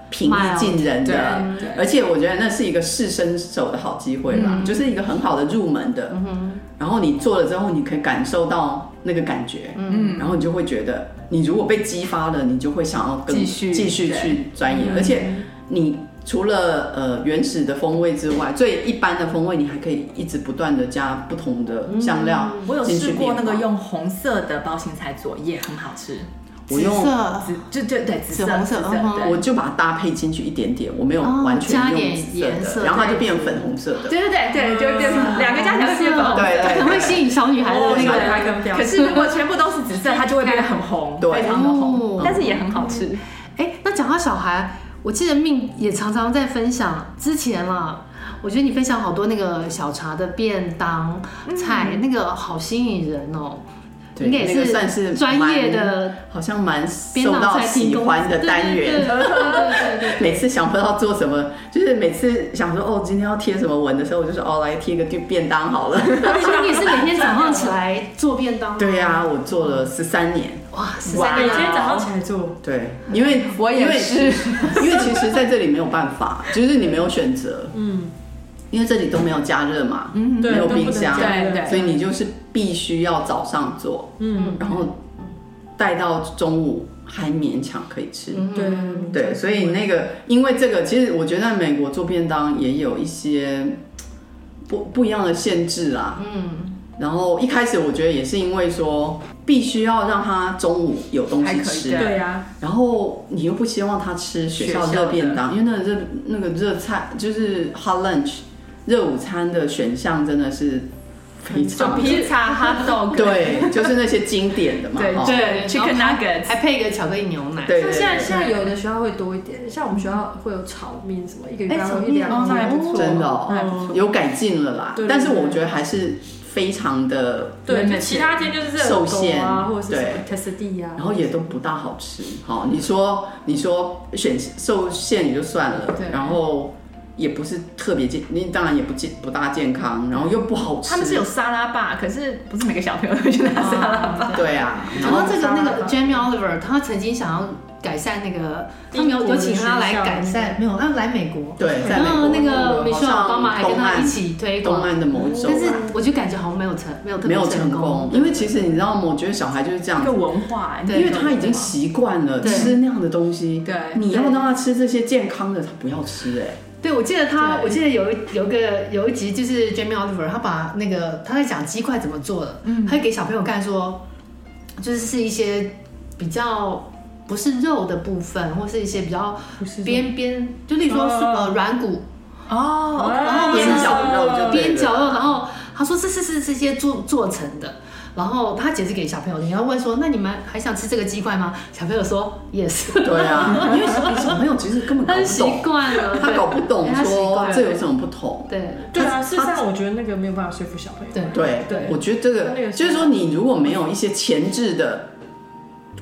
平易近人的 Mild，对对，嗯而且我觉得那是一个试身手的好机会啦，就是一个很好的入门的。然后你做了之后，你可以感受到那个感觉，嗯，然后你就会觉得，你如果被激发了，你就会想要更继续继续对嗯去钻研，而且你。除了呃原始的风味之外，最一般的风味你还可以一直不断的加不同的香料嗯进去我有试过变那个化用红色的包心菜做，也很好吃。我用紫色紫就就对紫紫色红紫色哦色嗯哼对我就把它搭配进去一点点，我没有完全哦加用点紫颜色色的，然后它对就变粉红色的。对对对对，就变成两个加起来会变粉红色。对哦对很会吸引小女孩的那小个女孩更标可准，是如果全部都是紫色，它就会变得很红，对非常的哦红，嗯但是也很好吃。哎，那讲到小孩，我记得命也常常在分享之前啦。我觉得你分享好多那个小茶的便当菜，那个好吸引人哦。嗯对，应该也那个是算是专业蛮，的好像蛮编受导到菜提喜供欢的单元。对对对对对每次想不到做什么，就是每次想说哦，今天要贴什么文的时候，我就说哦，来贴一个便当好 <laughs> 了。对。所以你也是每天早上起来做便当吗？对啊呀、我做了十三年。哇，十哇三每年天早上起来做，对，嗯因为我也因为是 <laughs> 因为其实在这里没有办法，就是你没有选择，嗯，因为这里都没有加热嘛，嗯对没有都不能冰箱，加热所以你就是必须要早上做，嗯，然后带到中午还勉强可以吃。对对，所以那个因为这个，其实我觉得在美国做便当也有一些不不一样的限制啊。嗯，然后一开始我觉得也是因为说必须要让他中午有东还西可以吃对，对啊呀，然后你又不希望他吃学校热便当，因为那个热那个热菜就是 hot lunch 热午餐的选项真的是非常披萨、哈 dog，对，就是那些经典的嘛，对哦哎哈对 Chicken 然后还 nuggets 还配一个巧克力牛奶。对像对现在对，现在有的学校会多一点，像我们学校会有炒面什么，一个礼哎拜炒会面一两哦那还天不错，真的哦那还不错。有改进了啦对对，但是我对觉得还是非常的，对，对就其他天就是热受狗限啊，或者是什么对 t e s t d 啊然，后也都不大好吃。好，你说你说选受限也就算了对，然后也不是特别健，你当然也不健不大健康，然后又不好吃。他们是有沙拉吧，可是不是每个小朋友都会去拿沙 <laughs> 拉吧？对啊，然然后后这个那个 Jamie Oliver，他曾经想要改善那个，他们英有国有的请他学来校改善，没有，他来美国，对，在然美后国那个 m i 美国 c 奥巴马还跟东他岸一起推东广，岸的某一州但是吧我就感觉好像没有成，没有特没别有成功功，，因为其实你知道吗？我觉得小孩就是这样一个。文化，对因为他已经习惯了对吃那样的东西，对你要让他吃这些健康的，他不要吃哎、对，我记得他，对我记得有一有一个有一集就是 Jamie Oliver，他把那个他在讲鸡块怎么做的，他给小朋友看说，就是是一些比较不是肉的部分，或是一些比较不是边边，就例如说哦是呃软骨，哦，然后边啊边角角肉就对边了角肉，然后他说这是是这些做做成的。然后他解释给小朋友听，然后问说：“那你们还想吃这个鸡块吗？”小朋友说：“Yes。 <laughs> 对啊，因为小朋友其实根本”搞他不习懂，惯了，他对搞不懂他习说惯了这有什么不同。对对啊，事实上我觉得那个没有办法说服小朋友。对对，对我觉得这他那个个就是说，你如果没有一些前置的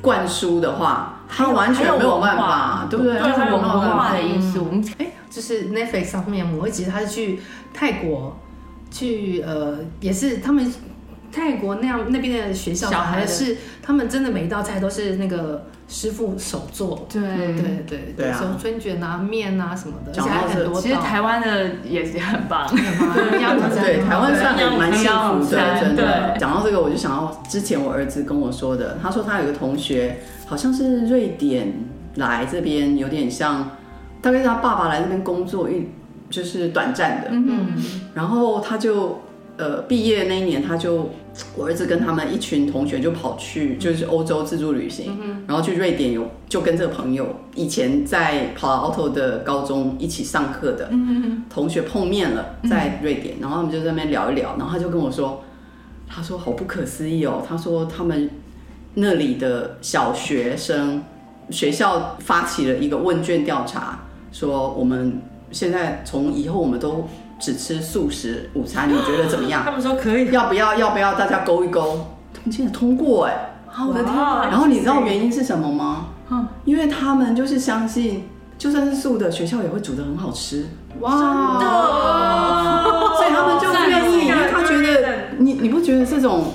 灌输的话，他完全没有办法，对不对？对还有文文化化的因素。哎，就是 Netflix 上面我会记得他是去泰国，去呃也是他们泰国那样那边的学校小孩的还是他们真的每一道菜都是那个师傅手做，对对对对啊什么春卷啊、面啊什么的，而讲且到还很这多道。其实台湾的也是很棒，湾央对 <laughs> 对，台湾算还蛮幸福的，对真的。对讲到这个，我就想到之前我儿子跟我说的，他说他有个同学好像是瑞典来这边，有点像，大概是他爸爸来这边工作一就是短暂的，嗯，然后他就呃毕业那一年，他就我儿子跟他们一群同学就跑去就是欧洲自助旅行，然后去瑞典有就跟这个朋友以前在跑 auto 的高中一起上课的同学碰面了，在瑞典，然后他们就在那边聊一聊，然后他就跟我说，他说好不可思议哦，他说他们那里的小学生学校发起了一个问卷调查，说我们现在从以后我们都只吃素食午餐，你觉得怎么样他？们说可以，要不要？要不要？大家勾一勾，他们竟然通过哎、啊，我的天哇啊，然后你知道原因是什么吗？嗯，因为他们就是相信，就算是素的，学校也会煮的很好吃，哇，哦所以他们就不愿意，因为他觉得你你不觉得这种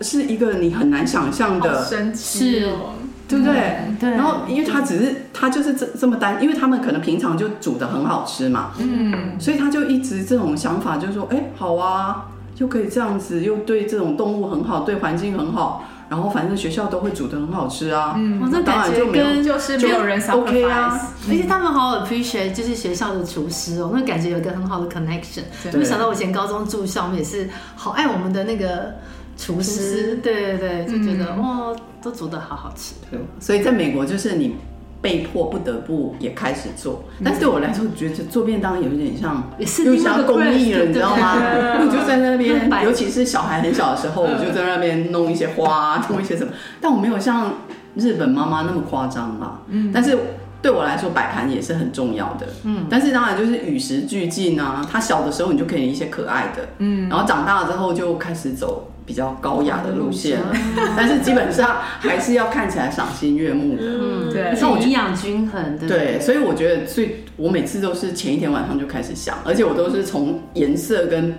是一个你很难想象的，神嗯奇哦对不对？对然后因为他只是他就是这这么单，因为他们可能平常就煮的很好吃嘛，嗯，所以他就一直这种想法，就是说，哎、好啊，又可以这样子，又对这种动物很好，对环境很好，然后反正学校都会煮的很好吃啊，嗯哇，这感当然觉就没有跟就是没有人就 OK 啊 sacrifice 而且他们好 appreciate 就是学校的厨师哦，那感觉有一个很好的 connection。对就想到我以前高中住校，我们也是好爱我们的那个厨师，对对对，就觉得、哦，都煮的好好吃。对所以在美国就是你被迫不得不也开始做，但是对我来说，我觉得做便当有点像，嗯也是又另外一像个公益 quest，了，你知道吗对 <laughs> 对？对我就在那边就摆，尤其是小孩很小的时候，嗯我就在那边弄一些花，弄一些什么，但我没有像日本妈妈那么夸张啦。嗯，但是。对我来说，摆盘也是很重要的。嗯，但是当然就是与时俱进啊。他小的时候你就可以一些可爱的，嗯，然后长大了之后就开始走比较高雅的路线，嗯 <laughs> 但是基本上还是要看起来赏心悦目的。嗯，对而且营养均衡，对不对，所以我觉得最，我每次都是前一天晚上就开始想，而且我都是从颜色跟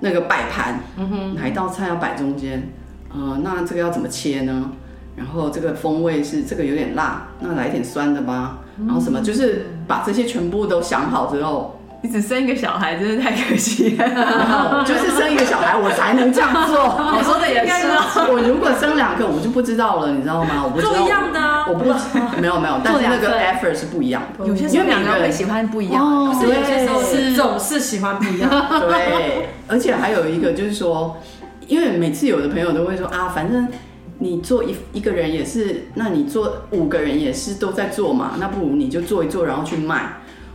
那个摆盘，哪一道菜要摆中间，呃，那这个要怎么切呢？然后这个风味是这个有点辣，那来一点酸的吧。然后什么，就是把这些全部都想好之后，你只生一个小孩，真的太可惜了。然后就是生一个小孩，我才能这样做。 <laughs> 我说的也是啊， <laughs> 我如果生两个，我就不知道了，你知道吗？我不知道做一样的啊我不 <laughs> 没有没有，但是那个做两 effort 是不一样的。有些时候因为两每个个人人会喜欢不一对。样。哦可是有些时候是对总是喜欢不一样。对，而且还有一个就是说，因为每次有的朋友都会说啊，反正你做一一个人也是，那你做五个人也是都在做嘛，那不如你就做一做，然后去卖。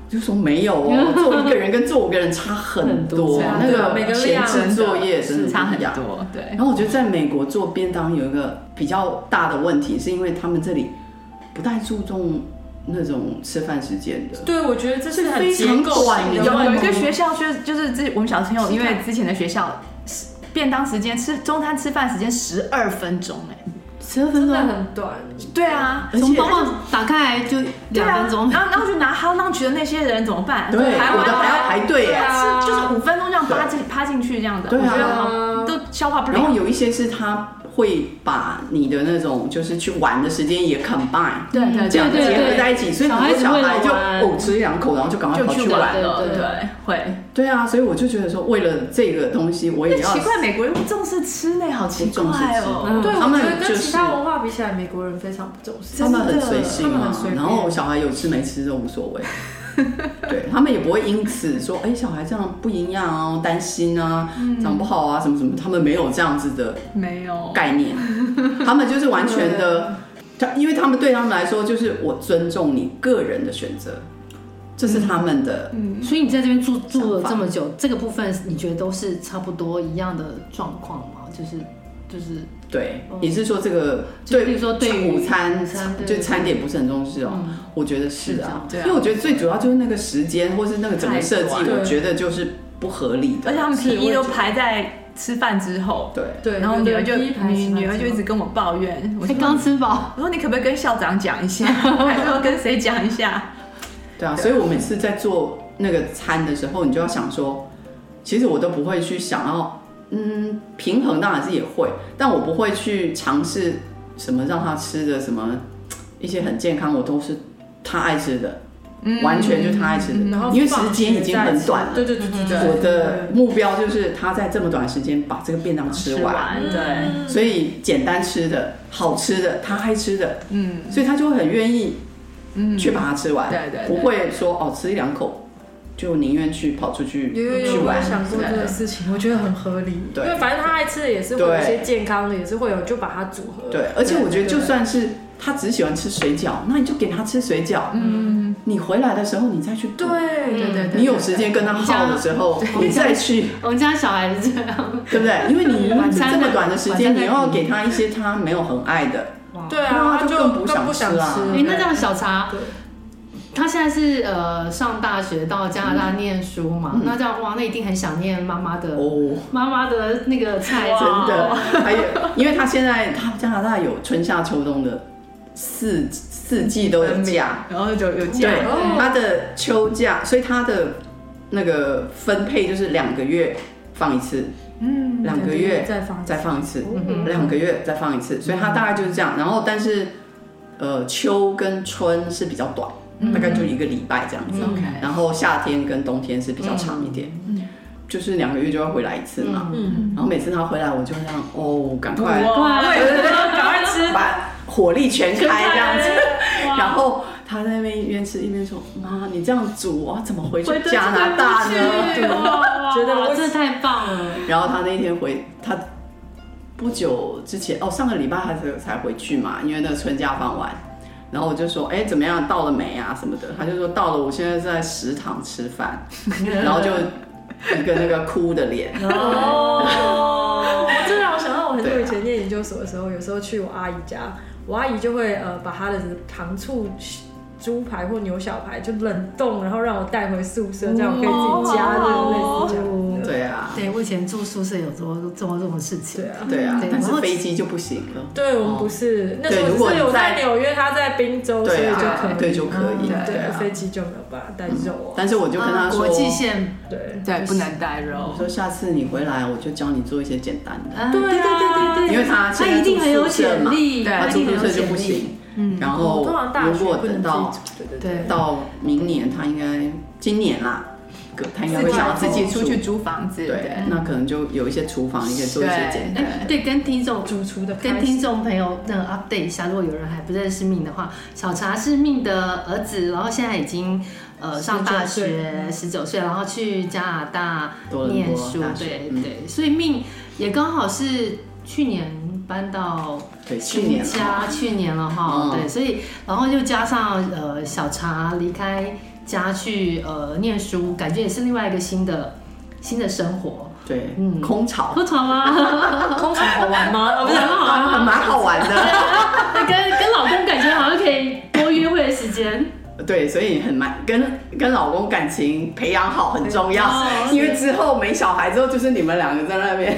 我就说没有 <laughs> 哦，做一个人跟做五个人差很多，那对啊每个个前量嗯置作业真的是差很不一样。多，对然，后我觉得在美国做便当有一个比较大的问题，是因为他们这里不太注重那种吃饭时间的。对，我觉得这是很非常结构性短的有的有一问个题。学校就是就是之我们小朋友，因为之前的学校是便当时间吃中餐吃饭时间十二分钟哎，十二分真的钟，很短，对啊，而啊从且包包打开来就对两啊分，钟，然后然后就拿他浪局的那些人怎么办？对，排有完的还要排啊对队耶。啊，啊是就是五分钟这样趴进趴进去这样的，对啊我觉得好都消化不然后了。有一些是他会把你的那种就是去玩的时间也 combine，对对这样对对结合在一起，对所以很小孩多子小为了孩就玩哦吃两口，然后就赶快就跑去去玩玩。了，对对对，会。对啊，所以我就觉得说，为了这个东西，我也要奇怪，美国人不重视吃呢，好奇怪重视吃哦。嗯对，他我们觉得就跟是其他文化比起来，美国人非常不重视。他们很随性他们啊很随，便然后小孩有吃没吃都无所谓， <laughs> 对他们也不会因此说，哎、小孩这样不营养哦，担心啊，嗯长不好啊，什么什么，他们没有这样子的没有，概 <laughs> 念，他们就是完全的，他因为他们对他们来说就是我尊重你个人的选择，这是他们的所以你在这边住住了这么久，这个部分你觉得都是差不多一样的状况吗？就是就是对嗯，也是说这个就比如说对于午餐午餐对就对餐点不是很重视哦，我觉得是是啊，这样对啊因为我觉得最主要就是那个时间或是那个整个设计，太短我觉得就是不合理而的，且他们是 P 我 E 也觉都得排在吃饭之后，对，对，然后女儿就有第一排女吃饭女儿之就一后直跟我抱 <laughs> 怨，我才说哎刚吃饱，我说你可不可以跟校长讲一下，还是要跟谁讲一下？对啊，所以我每次在做那个餐的时候，你就要想说，其实我都不会去想要，嗯，平衡当然是也会，但我不会去尝试什么让他吃的什么一些很健康，我都是他爱吃的，完全就是他爱吃的，嗯然后因为时放间学已经再很吃短了。对对对对对，我的目标就是他在这么短时间把这个便当 <laughs> 吃完，对，所以简单吃的、好吃的、他爱吃的，嗯，所以他就会很愿意去把它吃完，对对对不会说哦吃一两口就宁愿去跑出去有有去有，我玩也想之过类这个的。事情，我觉得很合理。对因为反正他爱吃的也是会有一些健康的，也是会有，就把它组合。对，而且我觉得就对对算是他只喜欢吃水饺，那你就给他吃水饺，嗯，你回来的时候你再去补，对对对你有时间跟他耗的时候，你再去，我们家小孩是这样，对不对？因为你晚你餐这么的短的时晚餐间，再你又要补给他一些他没有很爱的，对那他啊，他就就更不想更不想吃啊哎、吃。那这样小茶对，他现在是呃上大学到加拿大念书嘛，那这样哇，那一定很想念妈妈的、嗯哦。妈妈的那个菜，真的，还有，因为他现在他加拿大有春夏秋冬的四四季都有嗯假，然后就有讲对哦，他的秋假，所以他的那个分配就是两个月放一次，嗯两个月再放再放一次，哦嗯两个月再放一次，所以他大概就是这样。然后，但是呃，秋跟春是比较短，大概就一个礼拜这样子。 OK 然后夏天跟冬天是比较长一点，就是两个月就要回来一次嘛。嗯，然后每次他回来，我就这样哦，赶快。哇，对我也觉得赶快吃，把火力全开这样子。然后他在那边一边吃一边说：“妈，你这样煮，我要怎么回去回得加拿大呢？”去对。哇觉得觉得我我真的太棒了，然后他那一天回他。不久之前哦，上个礼拜他才才回去嘛，因为那个春假放完，然后我就说，哎，怎么样，到了没啊什么的，他就说到了，我现在在食堂吃饭，然后就一个那个哭的脸， <laughs> 哦，这让我想到我很久以前念研究所的时候，有时候去我阿姨家，我阿姨就会呃把她的糖醋猪排或牛小排就冷冻，然后让我带回宿舍，这样我可以自己加热，类似这样的。对啊，对我以前住宿舍有做做这种事情，对啊。对啊对，但是然后飞机就不行了，对我们不是，那时候只是我在纽约，他在宾州，哦所以对就啊可以，，嗯对就可以，对对啊，飞机就没有办法带肉啊，但是我就跟他啊说，国际线，对对，不能带肉我，说下次你回来，我就教你做一些简单的。啊对啊对因为他他现在一定很有住宿舍潜嘛力，对他他一住定很宿有舍就潜不力，行。然后哦通常大如学果不等能到自己煮，对对对，到明年，他应该今年啦，哥他应该会想要自己出去住。租房子，对，那可能就有一些厨房，你可以做一些简单。哎，对，跟听众哦主厨的开始跟听众朋友那个 update 一下，如果有人还不认识命的话，小茶是命的儿子，然后现在已经呃上大学，十九岁，然后去加拿大多伦多念书大，学对嗯对，所以命也刚好是去年搬到对，去年新啊，家去年了哈，嗯对，所以然后又加上呃小茶离开家去呃念书，感觉也是另外一个新的新的生活，啊对嗯，空 <laughs> 巢喝茶吗？空巢 <laughs> 好玩吗？哦不是，很好啊，啊，蛮好玩的。 <laughs> 跟跟老公感觉好像可以多约会的时间，对，所以很蛮跟跟老公感情培养好很重哦要，因为之后没小孩之后，就是你们两个在那边，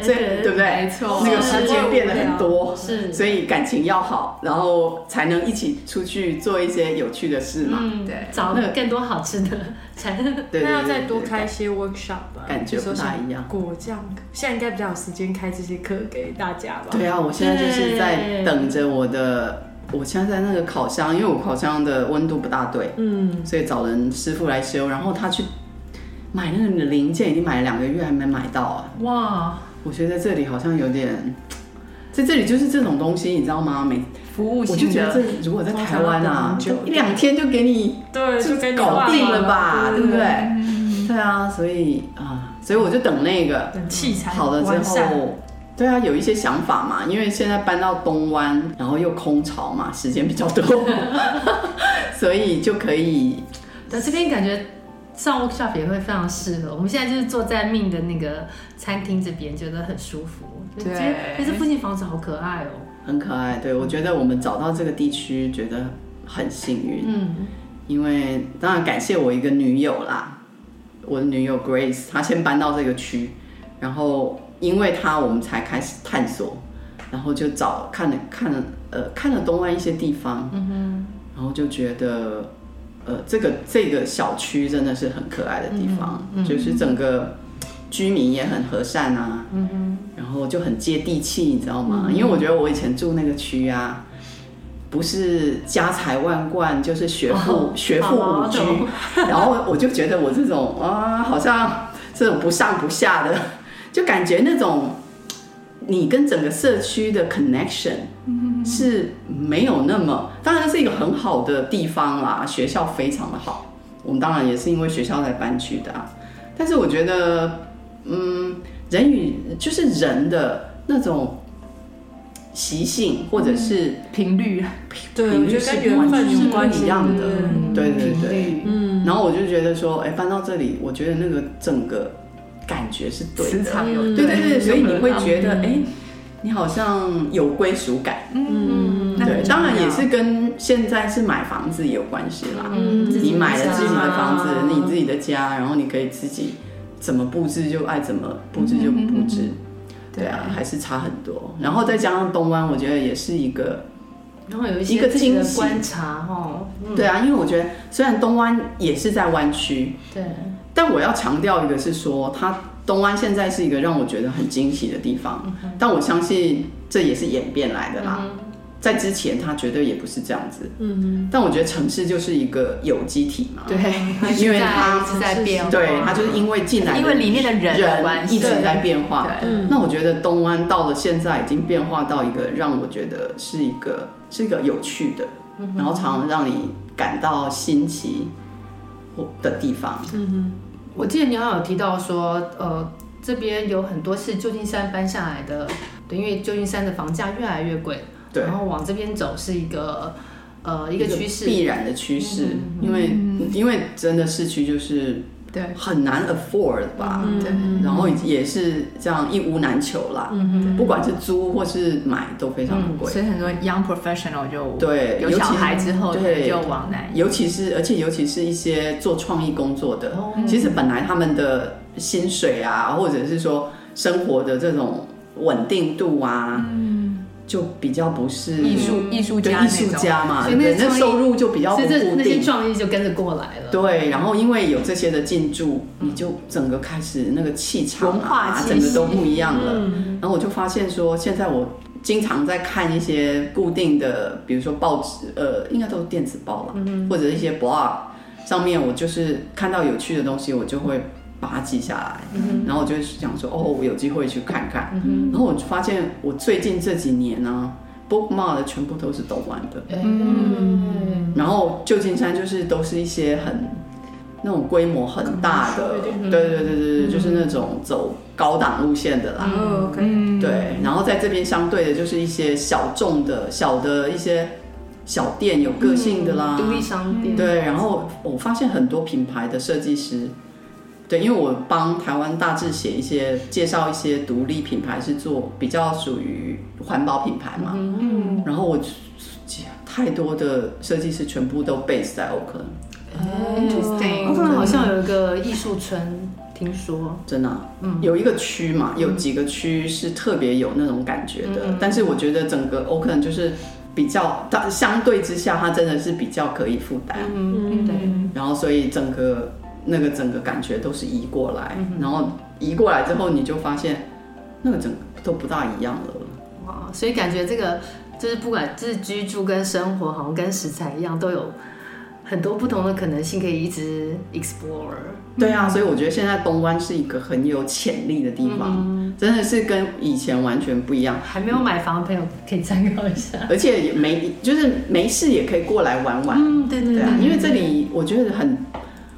所以对对不对？没错那个时间变得很多，是所以感情要好，然后才能一起出去做一些有趣的事嘛。嗯，对找更多好吃 <laughs> 的才对对那对要再对多对开一些 workshop 吧，感觉比如说不大像一样果酱现在应该比较有时间开这些课给大家吧？对啊，我现在就是对在等着我的，我现在在那个烤箱，因为我烤箱的温度不大对，嗯，所以找人师傅来修，然后他去买那个零件，已经买了两个月还没买到啊。哇，我觉得这里好像有点，在这里就是这种东西，你知道吗？每服务我就性觉得这的，如果在台湾啊通常要等很，久一两天就给你对，就给你搞定了吧，对不对对？？对啊，所以啊，所以我就等那个嗯嗯等器材好了完之善后。对啊，有一些想法嘛，因为现在搬到东湾， <laughs> 然后又空巢嘛，时间比较多，所以就可以那这边感觉上 workshop 也会非常适合。我们现在就是坐在命的那个餐厅这边，觉得很舒服。就对觉得哎，这附近房子好可爱哦。很可爱。对我觉得我们找到这个地区，觉得很幸运。嗯，因为当然感谢我一个女友啦，我的女友 Grace，她先搬到这个区，然后因为她我们才开始探索，然后就找看了看了呃看了东湾一些地方，嗯然后就觉得呃这个这个小区真的是很可爱的地方，就是整个居民也很和善啊，嗯然后就很接地气，你知道吗？因为我觉得我以前住那个区啊，不是家财万贯，就是学富、 <laughs> 学富五居，然后我就觉得我这种啊，好像这种不上不下的， <laughs> 就感觉那种你跟整个社区的 connection 是没有那么，当然是一个很好的地方啦，学校非常的好，我们当然也是因为学校才搬去的、啊，但是我觉得，嗯，人与就是人的那种习性或者是、频率对，频我率觉得是跟缘分是有关不系一样的对对对对。嗯，然后我就觉得说，哎，搬到这里，我觉得那个整个感觉是对磁的，场有对对对，所以你会觉得，嗯哎，你好像有归属感。嗯，那对很，重当然也要是跟现在是买房子有关系啦。嗯自己你的买了家自己的房子，你自己的家，然后你可以自己怎么布置就爱怎么布置就布置。对啊，还是差很多。然后再加上东湾，我觉得也是一个然后有一一些个自己的惊喜观察哦。嗯对啊，因为我觉得虽然东湾也是在湾区，对，但我要强调一个是说，它东湾现在是一个让我觉得很惊喜的地嗯方，但我相信这也是演变来的啦。在之前，它绝对也不是这样子。嗯，但我觉得城市就是一个有机体啊嘛，对因为它它一直在变化，对，它就是因为进来的因为里面的人的关系一直在变化对。嗯那我觉得东湾到了现在已经变化到一个让我觉得是一个是一个有趣的，嗯然后常常让你感到新奇或的地方。嗯我记得你好像有提到说，呃，这边有很多是旧金山搬下来的，对，因为旧金山的房价越来越贵，对哦然后往这边走是一个呃一个趋势，必然的趋势，嗯因为因为真的市区就是对嗯很难 afford 吧，对然后也是这样一屋难求啦，不管是租或是买都非常的贵，嗯所以很多 young professional 就对有尤其小孩之后对就往南尤其是而且尤其是一些做创意工作的，哦其实本来他们的薪水啊，或者是说生活的这种稳定度啊，就比较不是嗯艺术艺术对家艺那术种家嘛，所以那人的创意收入就比较所不以这固那些定。创意就跟着过来了。对，然后因为有这些的进驻，你就整个开始那个气场、啊、文化气息整个都不一样了。嗯然后我就发现说，现在我经常在看一些固定的，比如说报纸，呃，应该都是电子报啦，或者一些 blog 上面，我就是看到有趣的东西，我就会把它记下来，然后我就会想说，哦，我有机会去看看。然后我就发现，我最近这几年呢、bookmark 的全部都是懂玩的。嗯，然后旧金山就是都是一些很那种规模很大的，对对对对对，就是那种走高档路线的啦，哦，可嗯以，对。然后在这边相对的就是一些小众的小的一些小店，有个性的啦，嗯独立商店，对，然后我发现很多品牌的设计师，对，因为我帮台湾大致写一些介绍一些独立品牌是做比较属于环保品牌嘛，嗯，然后我太多的设计师全部都 base 在 o 克兰，嗯我可能好像有一个艺术村，听说，真的啊、有一个区嘛，有几个区是特别有那种感觉的，但是我觉得整个 o 克兰就是比较，但相对之下，它真的是比较可以负担，嗯，对，然后所以整个那个整个感觉都是移过来，然后移过来之后，你就发现那个整个都不大一样了。哇，啊所以感觉这个就是不管是居住跟生活，好像跟食材一样，都有很多不同的可能性可以一直 explore。对啊，所以我觉得现在东湾是一个很有潜力的地方，真的是跟以前完全不一样，还没有买房的朋友可以参考一下。而且也没就是没事也可以过来玩玩。嗯，对对对啊，因为这里我觉得很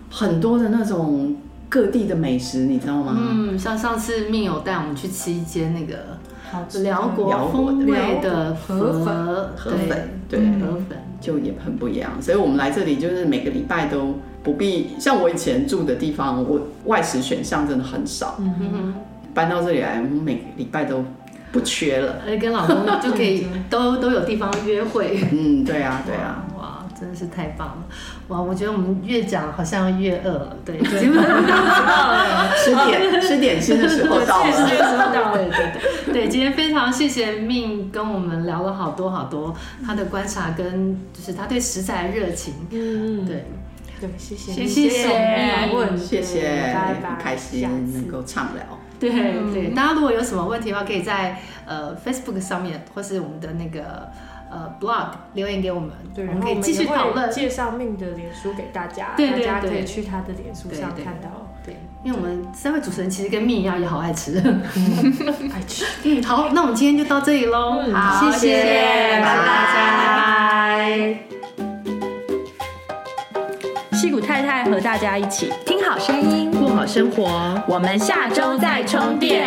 很多的那种各地的美食，你知道吗？嗯，像上次命友带我们去吃一间那个好吃辽国辽国风的味的国河河河粉，对，对河粉，嗯就也很不一样。所以我们来这里就是每个礼拜都不必像我以前住的地方，我外食选项真的很少。嗯搬到这里来，我们每个礼拜都不缺了。而且跟老公就可以都都有地方约会。嗯，对啊，对啊。哇，真的是太棒了！哇，我觉得我们越讲好像越饿了，对，吃点吃点心的时候到 <laughs> 这也 <laughs> 是了。这个时候到对了。对 <laughs> 对对，今天非常谢谢命跟我们聊了好多好多他的观察跟就是他对食材的热情，嗯，对，对，谢谢谢你，谢谢来问，谢谢，拜拜很开心下次能够畅聊。对对，大家如果有什么问题的话，可以在呃 Facebook 上面或是我们的那个呃 blog 留言给我们，对，我然们可后我以们继续也讨会论。介绍命的脸书给大家，对大对家可对以去他的脸书对上对看 <laughs> 到对，因为我们三位主持人其实跟蜜一样也好爱吃。 <laughs> 爱吃。嗯，好，那我们今天就到这里喽。好谢谢谢谢拜拜大家，拜拜。戏骨太太和大家一起听好声音，过好生活。我们下周再充电，